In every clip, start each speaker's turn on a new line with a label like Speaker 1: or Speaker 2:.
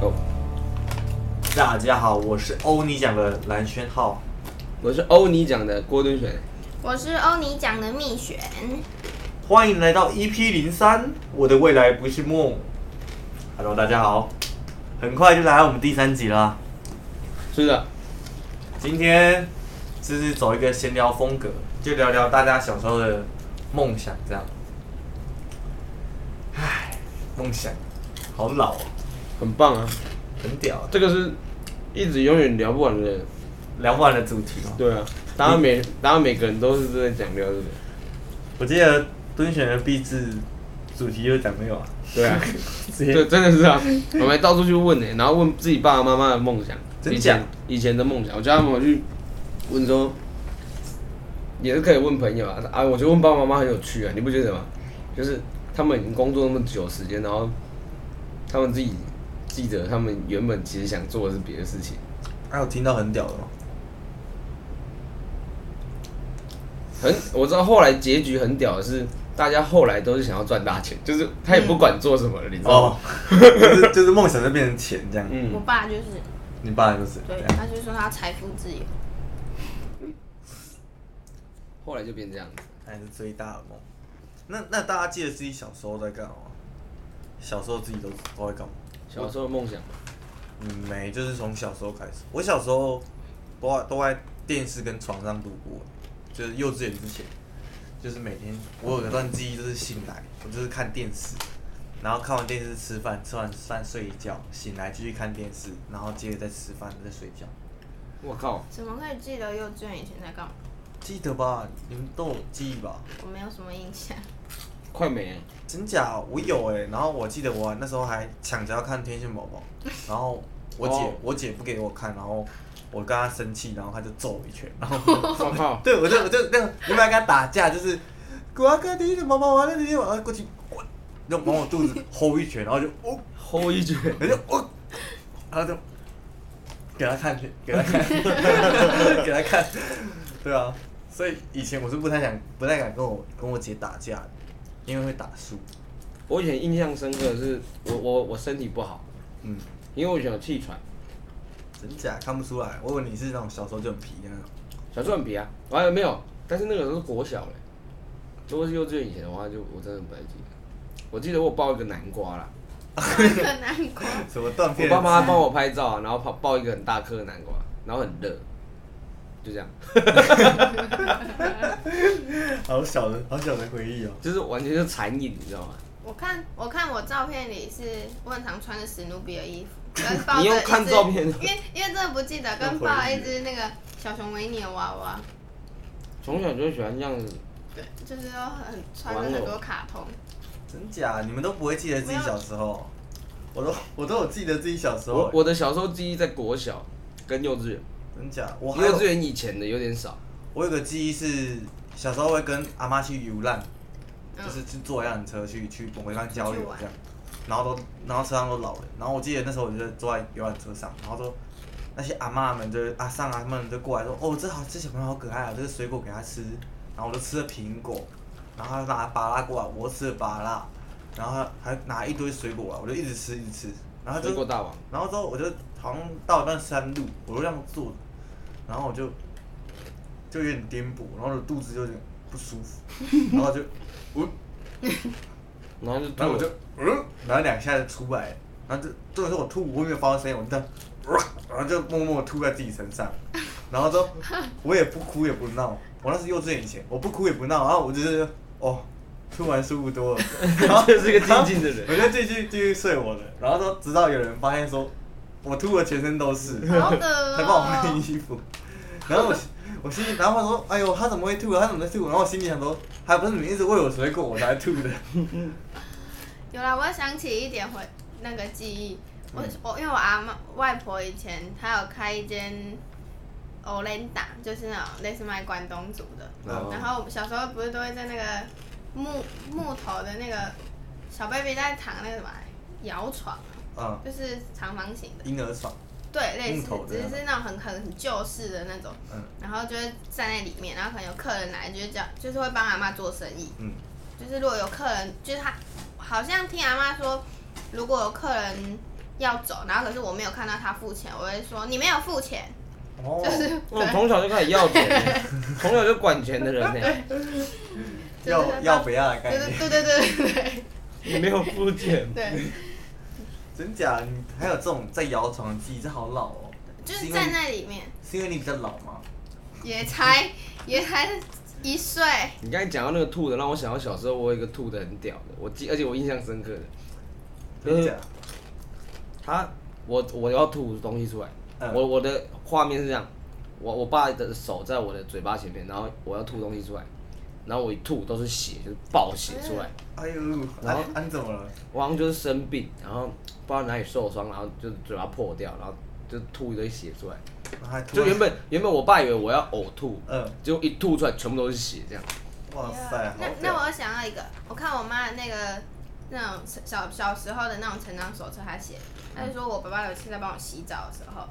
Speaker 1: 哦
Speaker 2: 家好，我是欧尼讲的蓝轩浩。
Speaker 1: 我是欧尼讲的郭敦选，
Speaker 3: 我是欧尼讲的蜜璇，
Speaker 1: 嗯
Speaker 2: 欢迎来到 EP 零三，我的未来不是梦。Hello，大家好，很快就来到我们第三集啦。
Speaker 1: 是的，
Speaker 2: 今天就是走一个闲聊风格，就聊聊大家小时候的梦想这样。唉，梦想，好老、哦，
Speaker 1: 很棒啊！
Speaker 2: 很屌、啊，
Speaker 1: 这个是一直永远聊不完的，
Speaker 2: 聊不完的主题哦。
Speaker 1: 对啊，大家每大家每个人都是在讲聊这个，
Speaker 2: 我记得敦选的壁纸主题就是讲没有啊，
Speaker 1: 对 啊，
Speaker 2: 直接
Speaker 1: 对，真的是啊，我们还到处去问呢、然后问自己爸爸妈妈的梦想，
Speaker 2: 真
Speaker 1: 以
Speaker 2: 假
Speaker 1: 前以前的梦想，我叫他们去问说，也是可以问朋友啊，啊，我觉得问爸爸妈妈很有趣啊，你不觉得吗？就是他们已经工作那么久时间，然后他们自己记得他们原本其实想做的是别的事情，
Speaker 2: 还有听到很屌的吗？
Speaker 1: 很，我知道后来结局很屌的是，大家后来都是想要赚大钱，就是他也不管做什么了，你知道
Speaker 2: 哦
Speaker 1: 吗？，
Speaker 2: 就是就是梦想就变成钱这样。
Speaker 3: 我
Speaker 1: 嗯，
Speaker 3: 爸就是，
Speaker 2: 你爸就是这
Speaker 3: 对，
Speaker 2: 样。
Speaker 3: 他就说他财富自由，
Speaker 1: 后来就变这样子。
Speaker 2: 还是最大的梦。那那大家记得自己小时候在干嘛？小时候自己都都在干嘛？
Speaker 1: 小时候的梦想，
Speaker 2: 嗯，没，就是从小时候开始。我小时候都在都在电视跟床上度过，就是幼稚园之前，就是每天我有一段记忆就是醒来，我就是看电视，然后看完电视吃饭，吃完饭睡一觉，醒来继续看电视，然后接着再吃饭再睡觉，
Speaker 1: 我靠，
Speaker 3: 怎么可以记得幼稚园以前在干嘛？
Speaker 2: 记得吧？你们都有记忆吧？
Speaker 3: 我没有什么印 象。
Speaker 1: 快 没了！
Speaker 2: 真假？我有哎、然后我记得我那时候还抢着要看《天线宝宝》，然后我姐、
Speaker 1: 哦
Speaker 2: 我姐不给我看，然后我跟她生气，然后她就揍我一拳，然后，
Speaker 1: 我靠
Speaker 2: 对我就我就那种原本跟她打架，就是我要看《天线宝宝》，我要看《天线宝宝》，过去我就往我肚子吼一拳，然后就哦，
Speaker 1: 吼一句，
Speaker 2: 我就哦，然后就给她看，给她看，给她看，对啊，所以以前我是不太想不太敢跟我跟我姐打架的，因为会打输，
Speaker 1: 我以前印象深刻的是，我我我身体不好，
Speaker 2: 嗯。
Speaker 1: 因为我以前有气喘，
Speaker 2: 真假看不出来，我以为你是那种小时候就很皮的那种。
Speaker 1: 小时候很皮啊，完了没有？但是那个时候是国小嘞、如果是幼稚园以前的话，就我真的不太记得。我记得我抱一个南瓜啦，
Speaker 3: 很难过，
Speaker 2: 什么断
Speaker 1: 我
Speaker 2: 片？
Speaker 1: 爸妈帮我拍照啊，然后抱抱一个很大颗的南瓜，然后很热，就这样。
Speaker 2: 好小的好小的回忆哦。
Speaker 1: 就是完全是残影，你知道吗？
Speaker 3: 我看我看我照片里是我很常穿着史努比的衣服，跟抱着
Speaker 1: 你
Speaker 3: 一
Speaker 1: 又
Speaker 3: 只，
Speaker 1: 看照片
Speaker 3: 因为因为真的不记得，跟抱了一只那个小熊维尼的娃娃，
Speaker 1: 从小就喜欢这样子，
Speaker 3: 对，就是都很穿着很多卡通，
Speaker 2: 真假？你们都不会记得自己小时候？我都我都有记得自己小时
Speaker 1: 我
Speaker 2: 候。
Speaker 1: 我的小时候记忆在国小跟幼稚园，
Speaker 2: 真假？我还
Speaker 1: 幼稚
Speaker 2: 有
Speaker 1: 园以前的有点少。
Speaker 2: 我有个记忆是小时候会跟阿妈去游览，
Speaker 3: 嗯
Speaker 2: 就是去坐游览车去去某个地方交流
Speaker 3: 去玩
Speaker 2: 这样。然后都，然后车上都老人，然后我记得那时候我就坐在游览车上，然后都那些阿妈们就是阿上阿妈们就过来说，哦，这好这小朋友好可爱啊，这个水果给他吃，然后我就吃了苹果，然后他拿芭拉过来，我吃了芭拉，然后他还拿一堆水果来，我就一直吃一直吃，然后他
Speaker 1: 水果
Speaker 2: 就，
Speaker 1: 大王，
Speaker 2: 然后之后我就好像到一段山路，我就这样坐着，然后我就就有点颠簸，然后我的肚子就有点不舒服，然后就， 我、
Speaker 1: 然后就
Speaker 2: 然后
Speaker 1: 吐
Speaker 2: 我就
Speaker 1: 了，
Speaker 2: 嗯，然后两下就出来，然后就重点是我吐，我也没有发出声音，我就这样，呃然后就默默吐在自己身上，然后 都我也不哭也不闹，我那是幼稚园以前，我不哭也不闹，然后我就是哦，吐完舒 服多了，然后
Speaker 1: 这是一个静静的人
Speaker 2: 我就继续继续睡我的，然后说直到有人发现说我吐的全身都是，
Speaker 3: 好 恶
Speaker 2: 才帮我换
Speaker 3: 哦、
Speaker 2: 衣服。然后我心我心里，然后他说：“哎呦，他怎么会吐啊？他怎么会吐？”然后我心里想说：“还不是你一直喂我水果，我才吐的。
Speaker 3: 有啦，我又想起一点回那个记忆，我、
Speaker 2: 嗯
Speaker 3: 我因为我阿妈外婆以前她有开一间 Olenda，就是那种类似卖关东煮的，
Speaker 2: 哦
Speaker 3: 然后小时候不是都会在那个木木头的那个小 baby 在躺那个什么摇床
Speaker 2: 嗯，
Speaker 3: 啊，”就是长方形的，
Speaker 2: 婴儿床。
Speaker 3: 对，类似
Speaker 2: 木头，的
Speaker 3: 只
Speaker 2: 那种
Speaker 3: 是是那种很很很旧式的那种，
Speaker 2: 嗯
Speaker 3: 然后就会站在里面，然后可能有客人来，就是叫就是会帮阿妈做生意，
Speaker 2: 嗯
Speaker 3: 就是如果有客人，就是他好像听阿妈说，如果有客人要走，然后可是我没有看到他付钱，我会说你没有付钱，
Speaker 2: 哦
Speaker 3: 就是
Speaker 1: 我从小就开始要钱了， 从小就管钱的人欸呢，
Speaker 2: 要要不要的概
Speaker 3: 对
Speaker 2: 念，
Speaker 3: 对对对对对
Speaker 1: 你没有付钱，
Speaker 2: 嗯
Speaker 3: 对，
Speaker 2: 真假？你还有这种在摇床的记忆，这好老哦。
Speaker 3: 就是
Speaker 2: 因为
Speaker 3: 站在里面
Speaker 2: 是因为你比较老吗？
Speaker 3: 也才也才一岁，
Speaker 1: 你刚才讲到那个吐的，让我想到小时候我有一个吐的很屌的，我记，而且我印象深刻的，呃
Speaker 2: 真假？
Speaker 1: 他我我要吐东西出来，
Speaker 2: 嗯
Speaker 1: 我我的画面是这样，我我爸的手在我的嘴巴前面，然后我要吐东西出来，然后我一吐都是血，就是爆血出来，
Speaker 2: 哎呦，
Speaker 1: 然后
Speaker 2: 安安怎么了？
Speaker 1: 我好像就是生病，然后不知道哪里受伤，然后就是嘴巴破掉，然后就吐一堆血出来，
Speaker 2: 然后还突
Speaker 1: 就
Speaker 2: 然
Speaker 1: 原本原本我爸以为我要呕吐，
Speaker 2: 嗯，
Speaker 1: 结果一吐出来全部都是血，这样
Speaker 2: 哇塞，好
Speaker 3: 啊那那
Speaker 2: 屌！
Speaker 3: 我又想到一个，我看我妈的那个那种小小时候的那种成长手册，她写，她就说我爸爸有一次在帮我洗澡的时候，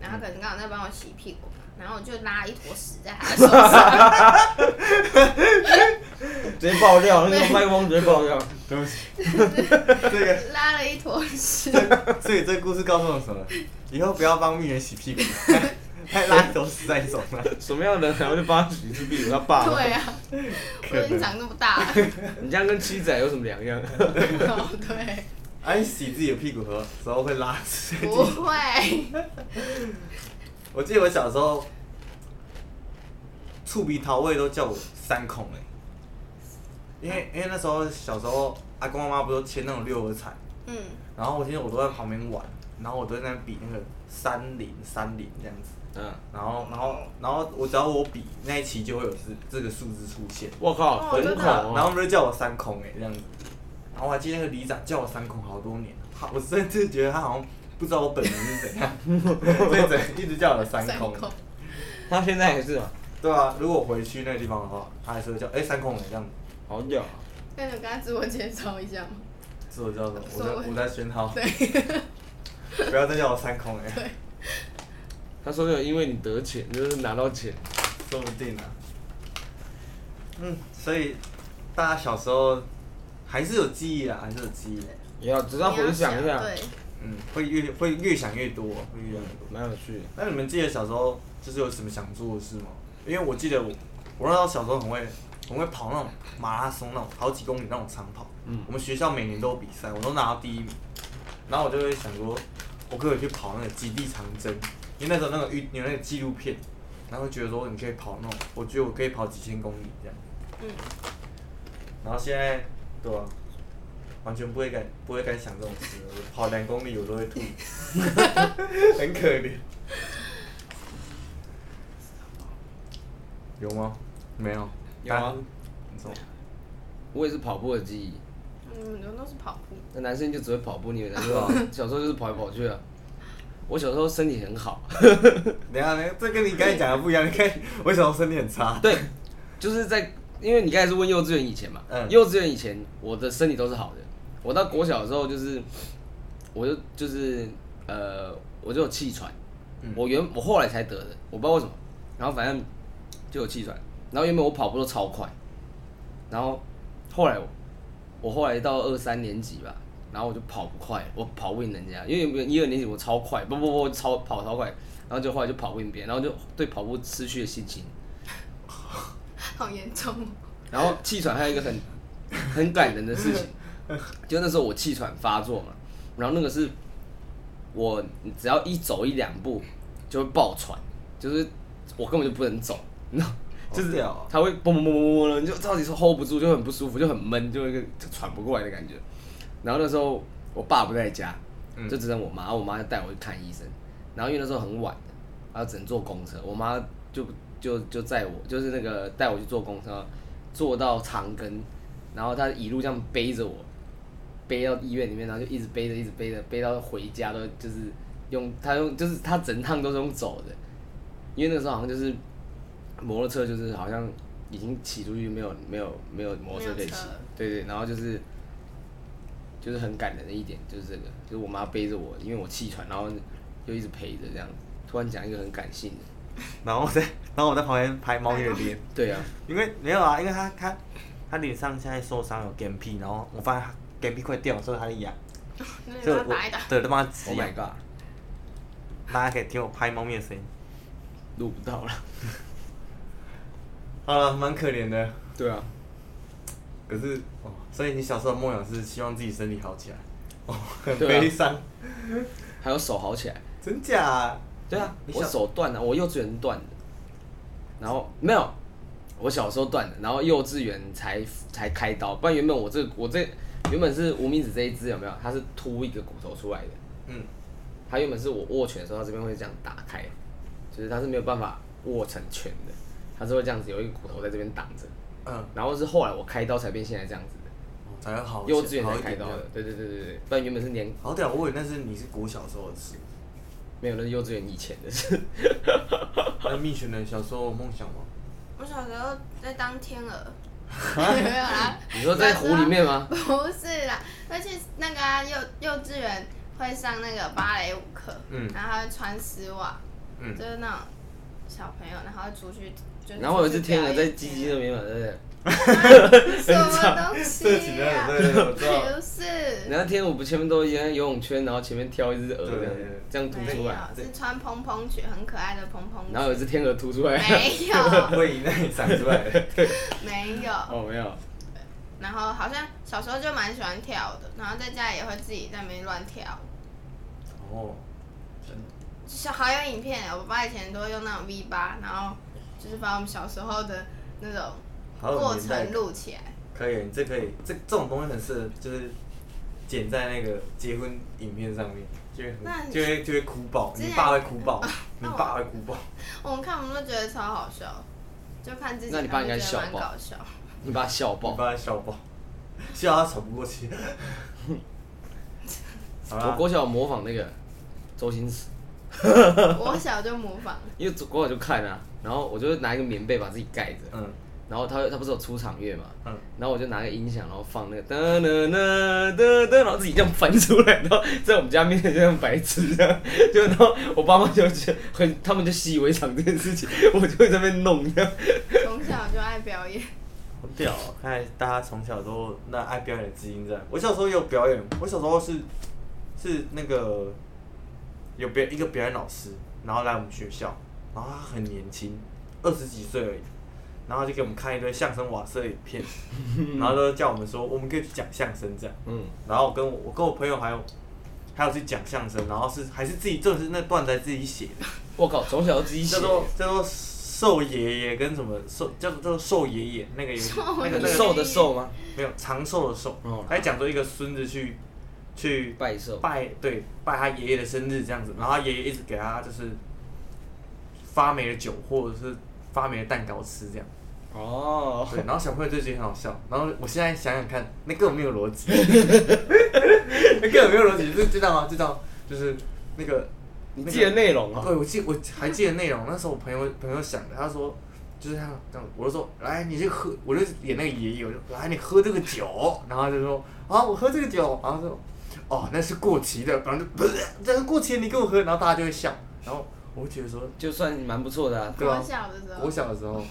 Speaker 3: 然后可能刚好在帮我洗屁股吧，然后我就拉一坨屎在她的手上，
Speaker 1: 直接爆掉，那个麦克风直接爆掉。
Speaker 2: 对不 起， 这个
Speaker 3: 拉了一坨 屎，
Speaker 1: 啊
Speaker 2: 所以这个故事告诉我们什么？以后不要帮蜜源洗 屁股， 太拉一头屎在手上。
Speaker 1: 什么样的人还会帮他洗一次屁股？他爸吗
Speaker 3: 对啊，我已经长那么大了，
Speaker 1: 你这样跟七仔有什么两样？
Speaker 3: 哦对，
Speaker 2: 啊，你洗自己的屁股和时候会拉屎。
Speaker 3: 不会，
Speaker 2: 我记得我小时候，醋鼻桃味都叫我三孔哎、因为因为那时候小时候阿公阿妈不都签那种六合彩，
Speaker 3: 嗯，
Speaker 2: 然后我其实我都在旁边玩，然后我都在那边比那个三零三零这样子，
Speaker 1: 嗯，
Speaker 2: 然后然后然后我只要我比那一期就会有这这个数字出现，
Speaker 1: 我靠，
Speaker 3: 哦
Speaker 1: 很
Speaker 3: 真
Speaker 1: 恐
Speaker 3: 的
Speaker 2: 然
Speaker 1: 哦
Speaker 2: 后他们就叫我三孔哎、这样子，然后我还记得那个里长叫我三孔好多年，他我甚至觉得他好像不知道我本人是怎样， 所以整一直叫我三孔。
Speaker 3: 口，
Speaker 1: 他现在还是嘛，
Speaker 2: 对啊，如果回去那个地方的话，他还是会叫哎、三孔人这样子，
Speaker 1: 好屌啊。
Speaker 3: 那你有跟他自我介绍一下吗？
Speaker 2: 自我叫 什么？我
Speaker 3: 所以
Speaker 2: 在
Speaker 3: 我
Speaker 2: 我在宣号，
Speaker 3: 对，
Speaker 2: 不要再叫我三孔哎、
Speaker 3: 对
Speaker 1: 他说有因为你得钱，就是拿到钱，
Speaker 2: 说不定啊。嗯，所以大家小时候还是有记忆啊，还是有记忆的、
Speaker 1: 要 只要回想一下，
Speaker 3: 对，
Speaker 2: 嗯，会越会越想越多，会越想越多。
Speaker 1: 蛮有趣的。
Speaker 2: 那你们记得小时候就是有什么想做的事吗？因为我记得我，我那时候小时候很会，很会跑那种马拉松那种好几公里那种长跑。
Speaker 1: 嗯
Speaker 2: 我们学校每年都有比赛，我都拿到第一名。然后我就会想说，我可不可以去跑那个极地长征？因为那时候那个有那个纪录片，然后觉得说你可以跑那种，我觉得我可以跑几千公里这样。
Speaker 3: 嗯，
Speaker 2: 然后现在，对啊，完全不会敢不会敢想这种事了，我跑两公里我都会吐， 很可怜。有吗？没有。
Speaker 1: 有啊
Speaker 2: 啊？你说
Speaker 1: 我也是跑步的记忆，
Speaker 3: 嗯，很多都是跑步，
Speaker 1: 那男生就只会跑步，你们男生 小时候就是跑来跑去啊。我小时候身体很好，
Speaker 2: 等一下，等一下这跟你刚才讲的不一样。你看，为什么身体很差？
Speaker 1: 对，就是在因为你刚才是问幼稚园以前嘛，
Speaker 2: 嗯
Speaker 1: 幼稚园以前我的身体都是好的，我到国小的时候就是，我就就是呃，我就有气喘，
Speaker 2: 嗯
Speaker 1: 我原我后来才得的，我不知道为什么，然后反正就有气喘，然后原本我跑步都超快，然后后来我我后来到二三年级吧，然后我就跑不快，我跑不赢人家，因为原本一二年级我超快，不不不超跑超快，然后就后来就跑不赢别人，然后就对跑步失去了信心。
Speaker 3: 好严重哦，
Speaker 1: 然后气喘还有一个很 很感人的事情，就那时候我气喘发作嘛，然后那个是我只要一走一两步就会爆喘，就是我根本就不能走，你知道，就
Speaker 2: 好
Speaker 1: 是
Speaker 2: 屌哦
Speaker 1: 它会嘣嘣嘣嘣嘣，你就到底是 hold 不住，就很不舒服，就很闷，就一个就喘不过来的感觉。然后那时候我爸不在家，
Speaker 2: 嗯
Speaker 1: 就只剩我妈，然后我妈就带我去看医生。然后因为那时候很晚了，然后只能坐公车，我妈就就就载我，就是那个带我去坐公车，坐到长庚，然后她一路这样背着我，背到医院里面，然后就一直背着，一直背着，背到回家都就是用她用就是她整趟都是用走的，因为那时候好像就是摩托车就是好像已经骑出去没有没有没有摩托车可以骑
Speaker 3: 没有车，
Speaker 1: 对对，然后就是就是很感人的一点就是这个，就是我妈背着我，因为我气喘，然后就一直陪着这样，突然讲一个很感性的，
Speaker 2: 然后我在，然后我在旁边拍猫咪的脸，
Speaker 1: 对啊，
Speaker 2: 因为没有啊，因为他他他脸上现在受伤有 g a 然后我发现他 g a 快掉，所以他在痒，
Speaker 3: 那你
Speaker 2: 就
Speaker 3: 要
Speaker 2: 我
Speaker 3: 打一打。
Speaker 2: 对，他妈
Speaker 1: Oh
Speaker 2: 急
Speaker 1: my
Speaker 2: 啊！
Speaker 1: god，
Speaker 2: 大家可以听我拍猫咪的声音。
Speaker 1: 录不到了。
Speaker 2: 好了，蛮可怜的。
Speaker 1: 对啊，
Speaker 2: 可是，哦，所以你小时候的梦想是希望自己身体好起来， 哦，很
Speaker 1: 对啊
Speaker 2: 悲伤，
Speaker 1: 还有手好起来。
Speaker 2: 真假、
Speaker 1: 对啊，
Speaker 2: 你小
Speaker 1: 我手断了，我幼稚园断的，然后没有，我小时候断的，然后幼稚园才才开刀，不然原本我这我这原本是无名指这一只有没有？它是凸一个骨头出来的，
Speaker 2: 嗯，
Speaker 1: 它原本是我握拳的时候，它这边会这样打开，就是它是没有办法握成拳的，它是会这样子有一个骨头在这边挡着，
Speaker 2: 嗯，
Speaker 1: 然后是后来我开刀才变现在这样子的，
Speaker 2: 才会好一些，
Speaker 1: 幼稚园
Speaker 2: 好
Speaker 1: 才
Speaker 2: 一
Speaker 1: 开
Speaker 2: 点
Speaker 1: 刀
Speaker 2: 这样
Speaker 1: 的，对对对对对，不然原本是连
Speaker 2: 好屌，我以为那是你是国小时候的 事。
Speaker 1: 没有，那是幼稚园以前的事，
Speaker 2: 那蜜雪呢？小时候有梦想吗？
Speaker 3: 我小时候在当天鹅，
Speaker 1: 啊
Speaker 3: 没有啦。
Speaker 1: 你说在湖里面吗？
Speaker 3: 不是啦，而且那个、啊、幼幼稚园会上那个芭蕾舞课，
Speaker 2: 嗯
Speaker 3: 然后他会穿丝袜，
Speaker 2: 嗯
Speaker 3: 就是那种小朋友，然后出去啊就是。
Speaker 1: 然后我有一次天鹅在鸡鸡那，边嘛，对不对？
Speaker 3: 什么东
Speaker 2: 这
Speaker 3: 西
Speaker 2: 几
Speaker 3: 呀、
Speaker 2: 天
Speaker 3: 啊？
Speaker 2: 对对对我知道
Speaker 3: 不是，
Speaker 1: 然后天鹅不前面都一样游泳圈，然后前面挑一只鹅这样
Speaker 2: 对对对
Speaker 1: 这样凸
Speaker 3: 没
Speaker 1: 出
Speaker 3: 有
Speaker 1: 来，，
Speaker 3: 是穿蓬蓬裙，很可爱的蓬蓬裙。
Speaker 1: 然后有一只天鹅凸出来。
Speaker 3: 没有，
Speaker 2: 会以那里闪出来的。
Speaker 3: 没有。
Speaker 1: 哦，没有，
Speaker 3: 然后好像小时候就蛮喜欢跳的，然后在家也会自己在那边乱跳。
Speaker 2: 哦，
Speaker 3: 小好有影片，哦我爸以前都会用那种 V 八，然后就是把我们小时候的那种
Speaker 2: 好有
Speaker 3: 过
Speaker 2: 年代感。
Speaker 3: 程录起来。
Speaker 2: 可以，你这可以，这这种东西很适合，就是剪在那个结婚影片上面，就会
Speaker 3: 那
Speaker 2: 很
Speaker 3: 你
Speaker 2: 就会就会哭爆，
Speaker 3: 之前
Speaker 2: 你爸会哭 爆，你
Speaker 3: 那我
Speaker 2: 爸会哭爆。
Speaker 3: 哦我们看我们都觉得超好笑，就看自己，
Speaker 1: 那你爸应该
Speaker 3: 然后就觉得
Speaker 1: 笑爆
Speaker 3: 蛮搞笑。
Speaker 1: 你把它笑
Speaker 2: 我
Speaker 1: 爆。
Speaker 2: 把他笑爆，笑到他喘不过 气。
Speaker 1: 我
Speaker 2: 好啦，
Speaker 1: 国小模仿那个周星驰，
Speaker 3: 我小就模仿，
Speaker 1: 因为国小就看啊，然后我就拿一个棉被把自己盖着，
Speaker 2: 嗯
Speaker 1: 然后他他不是有出场乐嘛，
Speaker 2: 嗯，
Speaker 1: 然后我就拿个音响，然后放那个噔噔噔噔噔，然后自己这样翻出来，然后在我们家面前就像白痴这样，就然后我爸妈就觉得很，他们就习以为常这件事情，我就会在那边弄这样。
Speaker 3: 从小就爱表演。
Speaker 2: 好屌、哦！看来大家从小都那爱表演的基因在。我小时候也有表演，我小时候是是那个有别一个表演老师，然后来我们学校，然后他很年轻，二十几岁而已，然后就给我们看一堆相声瓦舍影 片，然后都叫我们说我们可以去讲相声这样。
Speaker 1: 嗯，
Speaker 2: 然后我跟我我跟我朋友还有还有去讲相声，然后是还是自己就是那段子还自己写的。
Speaker 1: 我靠，从小就自己写
Speaker 2: 叫，做叫做寿爷爷跟什么寿叫做叫做寿爷爷那个有
Speaker 3: 寿
Speaker 2: 那个
Speaker 1: 很
Speaker 2: 那个
Speaker 1: 瘦的瘦吗？
Speaker 2: 没有长寿的寿
Speaker 1: 哦，
Speaker 2: 还讲说一个孙子去去
Speaker 1: 拜寿，
Speaker 2: 拜对拜他爷爷的生日这样子，然后他爷爷一直给他就是发霉的酒或者是发霉的蛋糕吃这样，
Speaker 1: 哦，
Speaker 2: 对，然后小朋友就觉得很好笑，然后我现在想想看，那根本没有逻 辑，那根本没有逻辑，就知道吗？知道就是那个
Speaker 1: 你记得内容哦。
Speaker 2: 对，我记我还记得内容，那时候我朋友朋友想的，他说就是他这样，我就说来你去喝，我就演那个爷爷，我就来你喝这个酒，然后他就说啊我喝这个酒，然后说哦那是过期的，然后就不是这个过期的你给我喝，然后大家就会笑，然后我就觉得说
Speaker 1: 就算蛮不错的、啊，
Speaker 2: 对啊
Speaker 3: 我小的时候
Speaker 2: 我，小的时候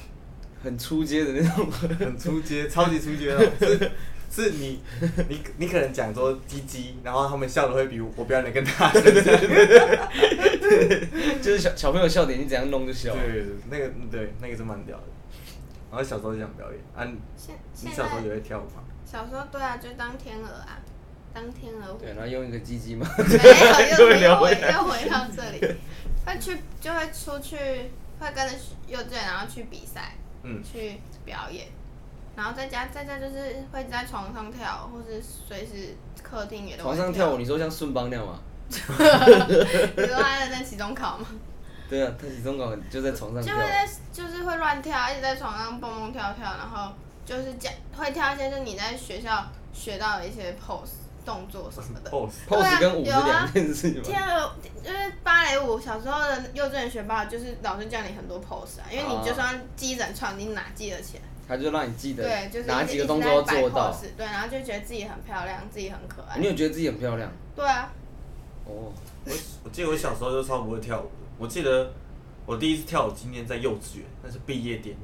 Speaker 1: 很出街的那种。
Speaker 2: 很出街，超级出街的。是是你，你你可能讲说鸡鸡，然后他们笑的会比我表演的更大声。 对对
Speaker 1: 就是小小朋友笑点，你怎样弄就笑。
Speaker 2: 对，那个对那个是蛮屌的。然后小时候就想表演啊，
Speaker 3: 现
Speaker 2: 你
Speaker 3: 现
Speaker 2: 小时候也
Speaker 3: 在
Speaker 2: 会跳舞吗？
Speaker 3: 小时候对啊，就当天鹅啊，当天鹅舞。
Speaker 1: 对，然后用一个鸡鸡 嘛，
Speaker 3: 没有，
Speaker 1: 又
Speaker 3: 又
Speaker 1: 会
Speaker 3: 又
Speaker 1: 聊回
Speaker 3: 回
Speaker 1: 来
Speaker 3: 又回到这里，会去就会出去，会跟着幼稚园，然后去比赛，
Speaker 2: 嗯，
Speaker 3: 去表演，然后在家在家就是会在床上跳，或是随时客厅也都会
Speaker 1: 床上跳舞，你说像顺邦那样嘛？
Speaker 3: 你说他在期中考吗？
Speaker 1: 对啊，他体重高就在床上
Speaker 3: 就
Speaker 1: 跳
Speaker 3: 会。在就是会乱跳，一直在床上蹦蹦跳跳，然后就是这样会跳一些就是你在学校学到的一些 pose 动作什么的。
Speaker 2: 哦，
Speaker 3: 对啊
Speaker 1: pose 跟舞是
Speaker 3: 有啊
Speaker 1: 两件事情
Speaker 3: 天
Speaker 1: 嘛。
Speaker 3: 鹅就是芭蕾舞，小时候的幼稚园学霸就是老师教你很多 pose 啊，因为你就算记一整串，你哪记得起来？
Speaker 1: 他就让你记得
Speaker 3: 对，就是
Speaker 1: 哪
Speaker 3: 一直
Speaker 1: 几
Speaker 3: 一
Speaker 1: 个
Speaker 3: 直
Speaker 1: 动
Speaker 3: 在
Speaker 1: 作要
Speaker 3: 摆
Speaker 1: 做到。
Speaker 3: pose，对，然后就觉得自己很漂亮，自己很可爱
Speaker 1: 你。有觉得自己很漂亮？
Speaker 3: 对啊，
Speaker 1: 哦，
Speaker 2: 我我记得我小时候就超不会跳舞的，我记得我第一次跳舞经验在幼稚园，那是毕业 典礼，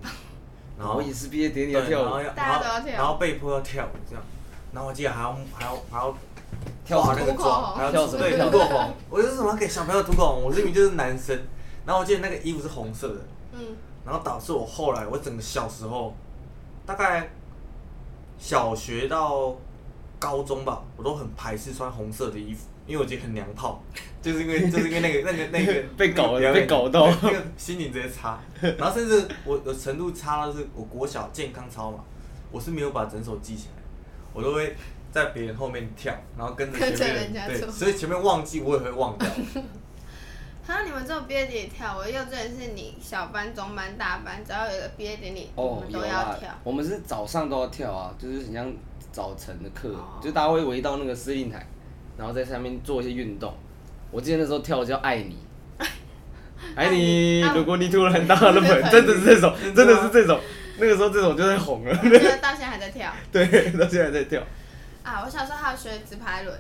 Speaker 2: 然后
Speaker 1: 我也是毕业典礼
Speaker 2: 对
Speaker 1: 要跳
Speaker 2: 然后
Speaker 1: 舞。
Speaker 2: 要
Speaker 3: 大家都要
Speaker 2: 然后
Speaker 3: 跳
Speaker 2: 然后被迫要跳舞这样，然后我记得还要还要还要
Speaker 1: 跳
Speaker 2: 画
Speaker 1: 什
Speaker 2: 那
Speaker 1: 么
Speaker 2: 个
Speaker 3: 涂口
Speaker 2: 妆，
Speaker 3: 红
Speaker 2: 然后
Speaker 1: 跳什么
Speaker 2: 对
Speaker 1: 跳
Speaker 2: 涂口红，我就是什么给小朋友涂口红，我是明明就是男生，然后我记得那个衣服是红色的，
Speaker 3: 嗯，
Speaker 2: 然后导致我后来我整个小时候，大概小学到高中吧，我都很排斥穿红色的衣服，因为我觉得很娘炮，就是因为就是因为那个那个那个
Speaker 1: 被 搞了
Speaker 2: 那个
Speaker 1: 被搞到
Speaker 2: 那个心情直接差，然后甚至我的程度差到是我国小健康操嘛，我是没有把整首记起来，我都会。在别人后面跳，然后跟着前
Speaker 3: 跟着
Speaker 2: 面
Speaker 3: 人家
Speaker 2: 对，
Speaker 3: 走
Speaker 2: 所以前面忘记我也会忘掉。
Speaker 3: 好像你们只有毕业典礼跳，我幼稚园是你小班、中班、大班，只要有一个毕业典礼，我
Speaker 4: 哦，
Speaker 3: 们
Speaker 4: 有
Speaker 3: 都要
Speaker 4: 啦
Speaker 3: 跳。，
Speaker 4: 我们是早上都要跳啊，就是很像早晨的课
Speaker 3: 哦，
Speaker 4: 就大家会围到那个司令台，然后在下面做一些运动。我记得那时候跳的叫《爱 你》，
Speaker 1: 爱
Speaker 3: 爱你
Speaker 1: 你
Speaker 3: 啊，
Speaker 1: 如果你突然到了 门，真的是这首，真的是这首。那个时候这首就在红 了，
Speaker 3: 我觉得到现在还在跳
Speaker 1: 对，到现在在跳。
Speaker 3: 啊！我小时候还有学直排轮，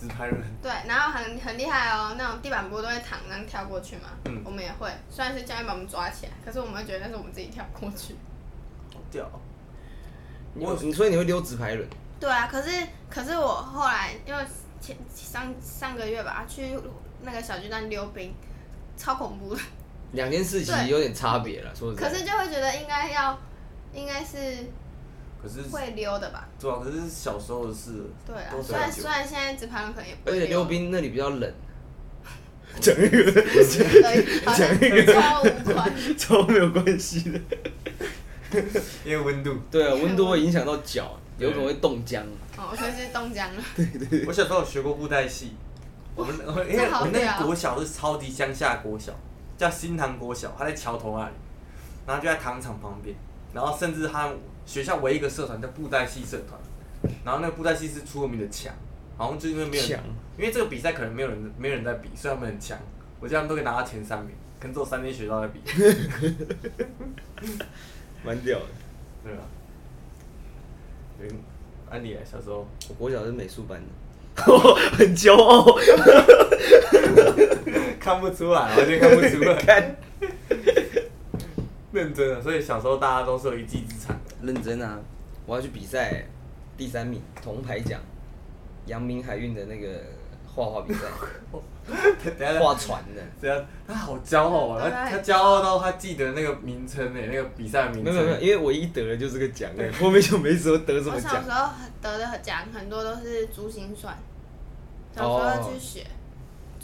Speaker 2: 直拍人，
Speaker 3: 对，然后很很厉害哦，那种地板步都会躺那样跳过去嘛，
Speaker 2: 嗯
Speaker 3: 我们也会，虽然是教练把我们抓起来，可是我们会觉得那是我们自己跳过去。
Speaker 2: 好屌哦、
Speaker 1: 我你所以你会溜直排轮，
Speaker 3: 对啊，可是可是我后来因为前上上个月吧，去那个小巨蛋溜冰，超恐怖的。
Speaker 1: 两件事其实有点差别了，说实
Speaker 3: 嗯可
Speaker 1: 在。
Speaker 3: 是就会觉得应该要，应该是
Speaker 2: 可是
Speaker 3: 会溜的吧？
Speaker 2: 对啊，可是小时候的事，
Speaker 3: 对啊
Speaker 2: 都，是
Speaker 3: 虽然
Speaker 2: 久
Speaker 3: 虽然现在直排轮可能也不
Speaker 1: 而
Speaker 3: 会
Speaker 1: 且溜
Speaker 3: 了
Speaker 1: 冰那里比较冷。讲 一个
Speaker 3: 而已，好像超无关。
Speaker 1: 超没有关系的。
Speaker 2: 因为温度。
Speaker 1: 对啊，温度会影响到脚，有可能会冻僵。
Speaker 3: 哦，所以是冻僵了。
Speaker 2: 我小时候有学过布袋戏，我们我因为
Speaker 3: 这好
Speaker 2: 我那
Speaker 3: 屌
Speaker 2: 个国小是超级乡下国小，叫新塘国小，它在桥头那里，然后就在糖厂旁边，然后甚至他学校唯一一个社团叫布袋戏社团，然后那个布袋戏是出了名的强，好像就因为没有人
Speaker 1: 强，
Speaker 2: 因为这个比赛可能没有人没有人在比，所以他们很强，我觉得他们都可以拿到前三名，跟做三天学校在 比，
Speaker 1: 蛮屌的。
Speaker 2: 对啊吧？嗯，安迪小时候。
Speaker 1: 我国小是美术班 的，很骄傲。
Speaker 2: 看不出来，完全看不出来，
Speaker 1: 看，
Speaker 2: 认真的。所以小时候大家都是有一技之长的。
Speaker 1: 认真啊！我要去比赛、第三名，铜牌奖，阳明海运的那个画画比 赛，
Speaker 2: 等一下，
Speaker 1: 画船的。
Speaker 2: 等一下，他好骄傲啊！他他骄傲到他记得那个名称诶，那个比赛名
Speaker 1: 没
Speaker 2: 称。
Speaker 1: 有没有没有，因为我一得了就这个奖哎、后面就没什么得什
Speaker 3: 我
Speaker 1: 么
Speaker 3: 小
Speaker 1: 奖
Speaker 3: 时。候得的奖很多都是珠心算，小时候去学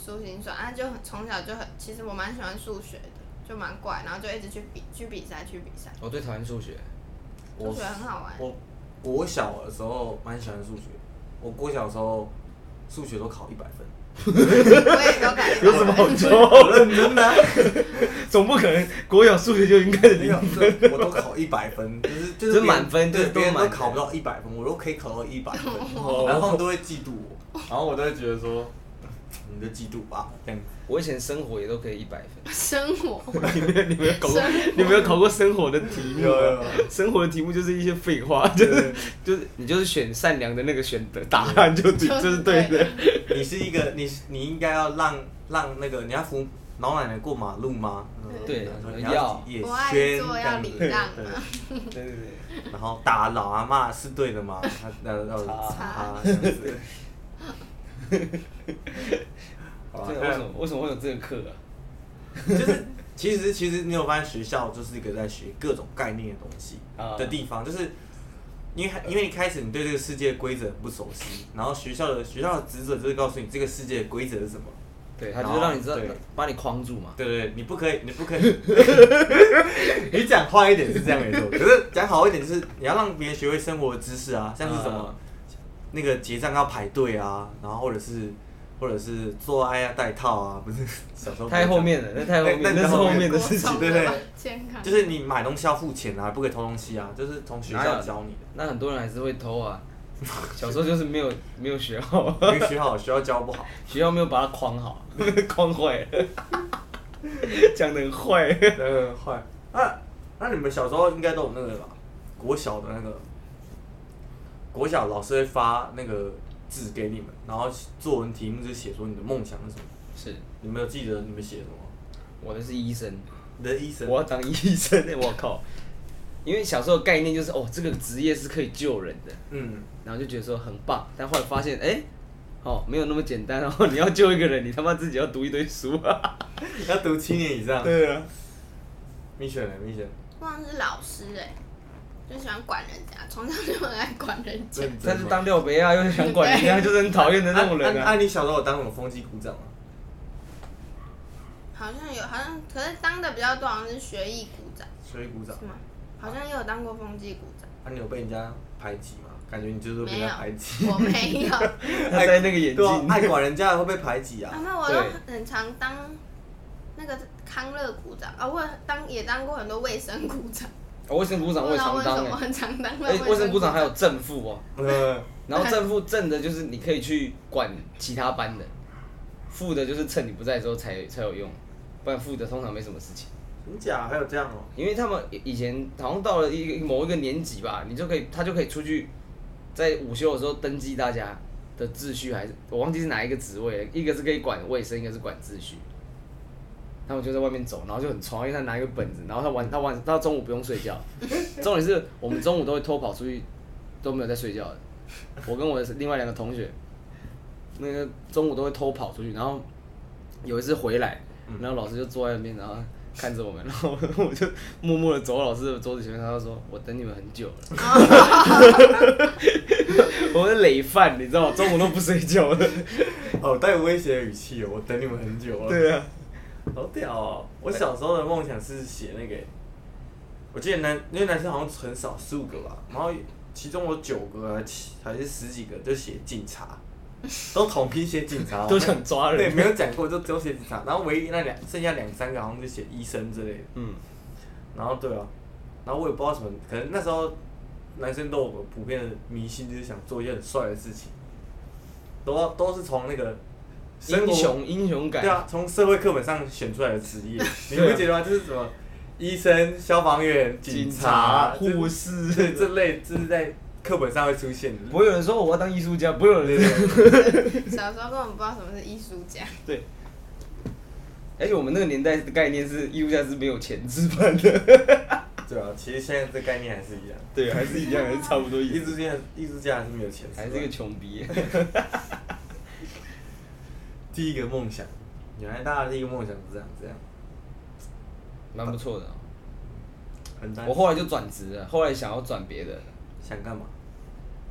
Speaker 3: 珠心算，啊，就很从小就很，其实我蛮喜欢数学的，就蛮怪，然后就一直去比去比赛去比赛，
Speaker 1: 我最讨厌数学，
Speaker 2: 我
Speaker 3: 数学很好玩。
Speaker 2: 我国小的时候蛮喜欢数学，我国小的时候数学都考一百分，
Speaker 3: 我也有感觉。
Speaker 1: 有什么好骄 傲
Speaker 2: 我
Speaker 1: 的？
Speaker 2: 认真的啊。
Speaker 1: 哦总不可能国小数学就应该是
Speaker 2: 没
Speaker 1: 零
Speaker 2: 有，这我都考一百 分，就是就
Speaker 1: 这
Speaker 2: 是别人
Speaker 1: 满分
Speaker 2: 对
Speaker 1: 这都
Speaker 2: 别人都
Speaker 1: 满分
Speaker 2: 考不到一百分，我都可以考到一百分，
Speaker 1: 哦
Speaker 2: 然后他们都会嫉妒 我，然后我都会觉得说，嗯你就嫉妒吧，这样子。
Speaker 1: 我以前生活也都可以一百分。
Speaker 3: 生活，
Speaker 1: 你没有你没有考过
Speaker 3: 生活，
Speaker 1: 你没有考过生活的题目
Speaker 2: 有有
Speaker 1: 啊？生活的题目就是一些废话，就是就是你就是选善良的那个选择答案就对，
Speaker 3: 就是
Speaker 1: 就是对
Speaker 3: 对
Speaker 1: 的。
Speaker 2: 你是一个，你是你应该要让让那个你要扶老奶奶过马路吗？
Speaker 1: 对
Speaker 2: 然后
Speaker 1: 对
Speaker 2: 你
Speaker 1: 要
Speaker 2: 也
Speaker 3: 我爱
Speaker 2: 宣
Speaker 3: 做
Speaker 2: 这
Speaker 3: 要
Speaker 2: 样
Speaker 3: 礼
Speaker 2: 子
Speaker 3: 让
Speaker 2: 对
Speaker 3: 嘛。
Speaker 1: 对对对，
Speaker 2: 然后打老阿妈是对的吗？他那要擦这样子。好吧
Speaker 1: 这个啊为什么为什么会有这个课啊？
Speaker 2: 就是其实其实你有发现学校就是一个在学各种概念的东西
Speaker 1: 啊
Speaker 2: 的地方，就是因为因为一开始你对这个世界的规则很不熟悉，然后学校的学校的职责就是告诉你这个世界的规则是什么。
Speaker 1: 对，他就是让你知道
Speaker 2: 对，
Speaker 1: 把你框住嘛。
Speaker 2: 对对，对你不可以，你不 可以，你讲坏一点是这样没错，可是讲好一点就是你要让别人学会生活的知识啊，像是什么、那个结账要排队啊，然后或者是或者是做爱要戴套啊，不是小时候不会
Speaker 1: 太
Speaker 2: 讲
Speaker 1: 后面了，那太后面，
Speaker 2: 那那
Speaker 1: 哎那是
Speaker 2: 你后
Speaker 1: 后
Speaker 2: 面
Speaker 1: 面的
Speaker 3: 国
Speaker 1: 事情
Speaker 3: 中。
Speaker 2: 对不对
Speaker 3: 吧健康
Speaker 2: 就是你买东西要付钱啊，不可以偷东西啊，就是从学校教你
Speaker 1: 那很多人还是会偷啊，小时候就是没有没有学好，
Speaker 2: 的，因为学好学校教不好，
Speaker 1: 学校没有把它框好， 框坏了， 讲的很坏。
Speaker 2: 呃坏。那那你们小时候应该都有那个吧？国小的那个，国小老师会发那个字给你们，然后作文题目就写说你的梦想是什么。
Speaker 1: 是
Speaker 2: 你们有记得你们写什么？
Speaker 1: 我的是医生。
Speaker 2: 你的医生，
Speaker 1: 我要当医生、欸我靠！因为小时候的概念就是哦，这个职业是可以救人的，
Speaker 2: 嗯，
Speaker 1: 然后就觉得说很棒，但后来发现哎、
Speaker 4: 哦，没有那么简单哦。你要救一个人，你他妈自己要读一堆书 啊。
Speaker 2: 要读七年以上。
Speaker 4: 对啊，
Speaker 2: Mission 呢？Mission
Speaker 3: 忘了是老师哎、就喜欢管人家，从小就很爱管人家。
Speaker 2: 认
Speaker 1: 但
Speaker 2: 真
Speaker 1: 是
Speaker 2: 吗。
Speaker 1: 当廖北啊，又是 想管人家，就是很讨厌的那种人
Speaker 2: 啊
Speaker 1: 啊。
Speaker 2: 啊你小时候有当什么风纪股长吗？
Speaker 3: 好像有，好像可是当的比较多，好像是学艺股长
Speaker 2: 所以股长
Speaker 3: 是，吗？好像也有当过风纪股长，
Speaker 2: 啊，你有被人家排挤吗？感觉你就是被
Speaker 3: 没
Speaker 2: 人
Speaker 3: 有
Speaker 2: 家排 挤。，
Speaker 3: 我没有。
Speaker 1: 他戴那个眼
Speaker 2: 对啊
Speaker 1: 镜，
Speaker 2: 爱管人家的会被排挤啊
Speaker 3: 啊，。那我都很常当那个康乐股长啊，我当也当过很多卫生股长，
Speaker 1: 哦卫生股长我
Speaker 3: 不
Speaker 1: 也
Speaker 3: 知道
Speaker 1: 常
Speaker 3: 为
Speaker 1: 当
Speaker 3: 什么
Speaker 1: 哎，
Speaker 3: 很常当
Speaker 1: 哎，卫生股长还有正副哦，
Speaker 2: 呃，
Speaker 1: 然后正副正的就是你可以去管其他班的，副的就是趁你不在的时候才才有用，不然副的通常没什么事情。
Speaker 2: 真假还有这样哦？
Speaker 1: 因为他们以前好像到了一个某一个年级吧，你就可以他就可以出去，在午休的时候登记大家的秩序，还是我忘记是哪一个职位了，一个是可以管卫生，一个是管秩序。他们就在外面走，然后就很吵，因为他拿一个本子，然后他晚他晚他中午不用睡觉，重点是我们中午都会偷跑出去，都没有在睡觉的。我跟我的另外两个同学，那个中午都会偷跑出去，然后有一次回来，然后老师就坐在那边，然后看着我们，然后 我就默默的走到老师的桌子前面，他就说：“我等你们很 久了。”我是累犯，你知道，中午都不睡觉 的。
Speaker 2: 哦，带威胁的语气哦，我等你们很久了。
Speaker 1: 对啊，，
Speaker 2: 好屌哦！我小时候的梦想是写那个欸，我记得男因为男生好像很少十五个吧，然后其中有九个还七还是十几个就写警察，都统批写警察哦
Speaker 1: 都想抓
Speaker 2: 对
Speaker 1: 人。
Speaker 2: 没有讲过就只有写警察，然后唯一那两剩下两三个好像就写医生之类的，
Speaker 1: 嗯，
Speaker 2: 然后对啊，然后我也不知道什么，可能那时候男生都有个普遍的迷信，就是想做一件很帅的事情，都都是从那个生活
Speaker 1: 英雄英雄感。
Speaker 2: 对啊，从社会课本上选出来的职业，你不觉得吗？就是什么医生、消防员、警
Speaker 1: 警
Speaker 2: 察、
Speaker 1: 护
Speaker 2: 士
Speaker 1: 士，
Speaker 2: 这类，这是在课本上会出现的。
Speaker 1: 不会有人说我要当艺术家，不会有
Speaker 2: 对
Speaker 1: 人。
Speaker 2: 对对
Speaker 3: 小时候根本不知道什么是艺术家，
Speaker 1: 对。而且我们那个年代的概念是艺术家是没有钱吃饭的。
Speaker 2: 对啊，其实现在这概念还是一样，
Speaker 1: 对，还是一样，还是差不多一
Speaker 2: 艺
Speaker 1: 样。
Speaker 2: 术家艺术家还是没有钱，
Speaker 1: 嗯还是一个穷 逼。
Speaker 2: 第一个梦想。原来大家的第一个梦想是这样，这样
Speaker 1: 蛮不错的哦、
Speaker 2: 很单
Speaker 1: 我后来就转职了，后来想要转别的，
Speaker 2: 想干嘛？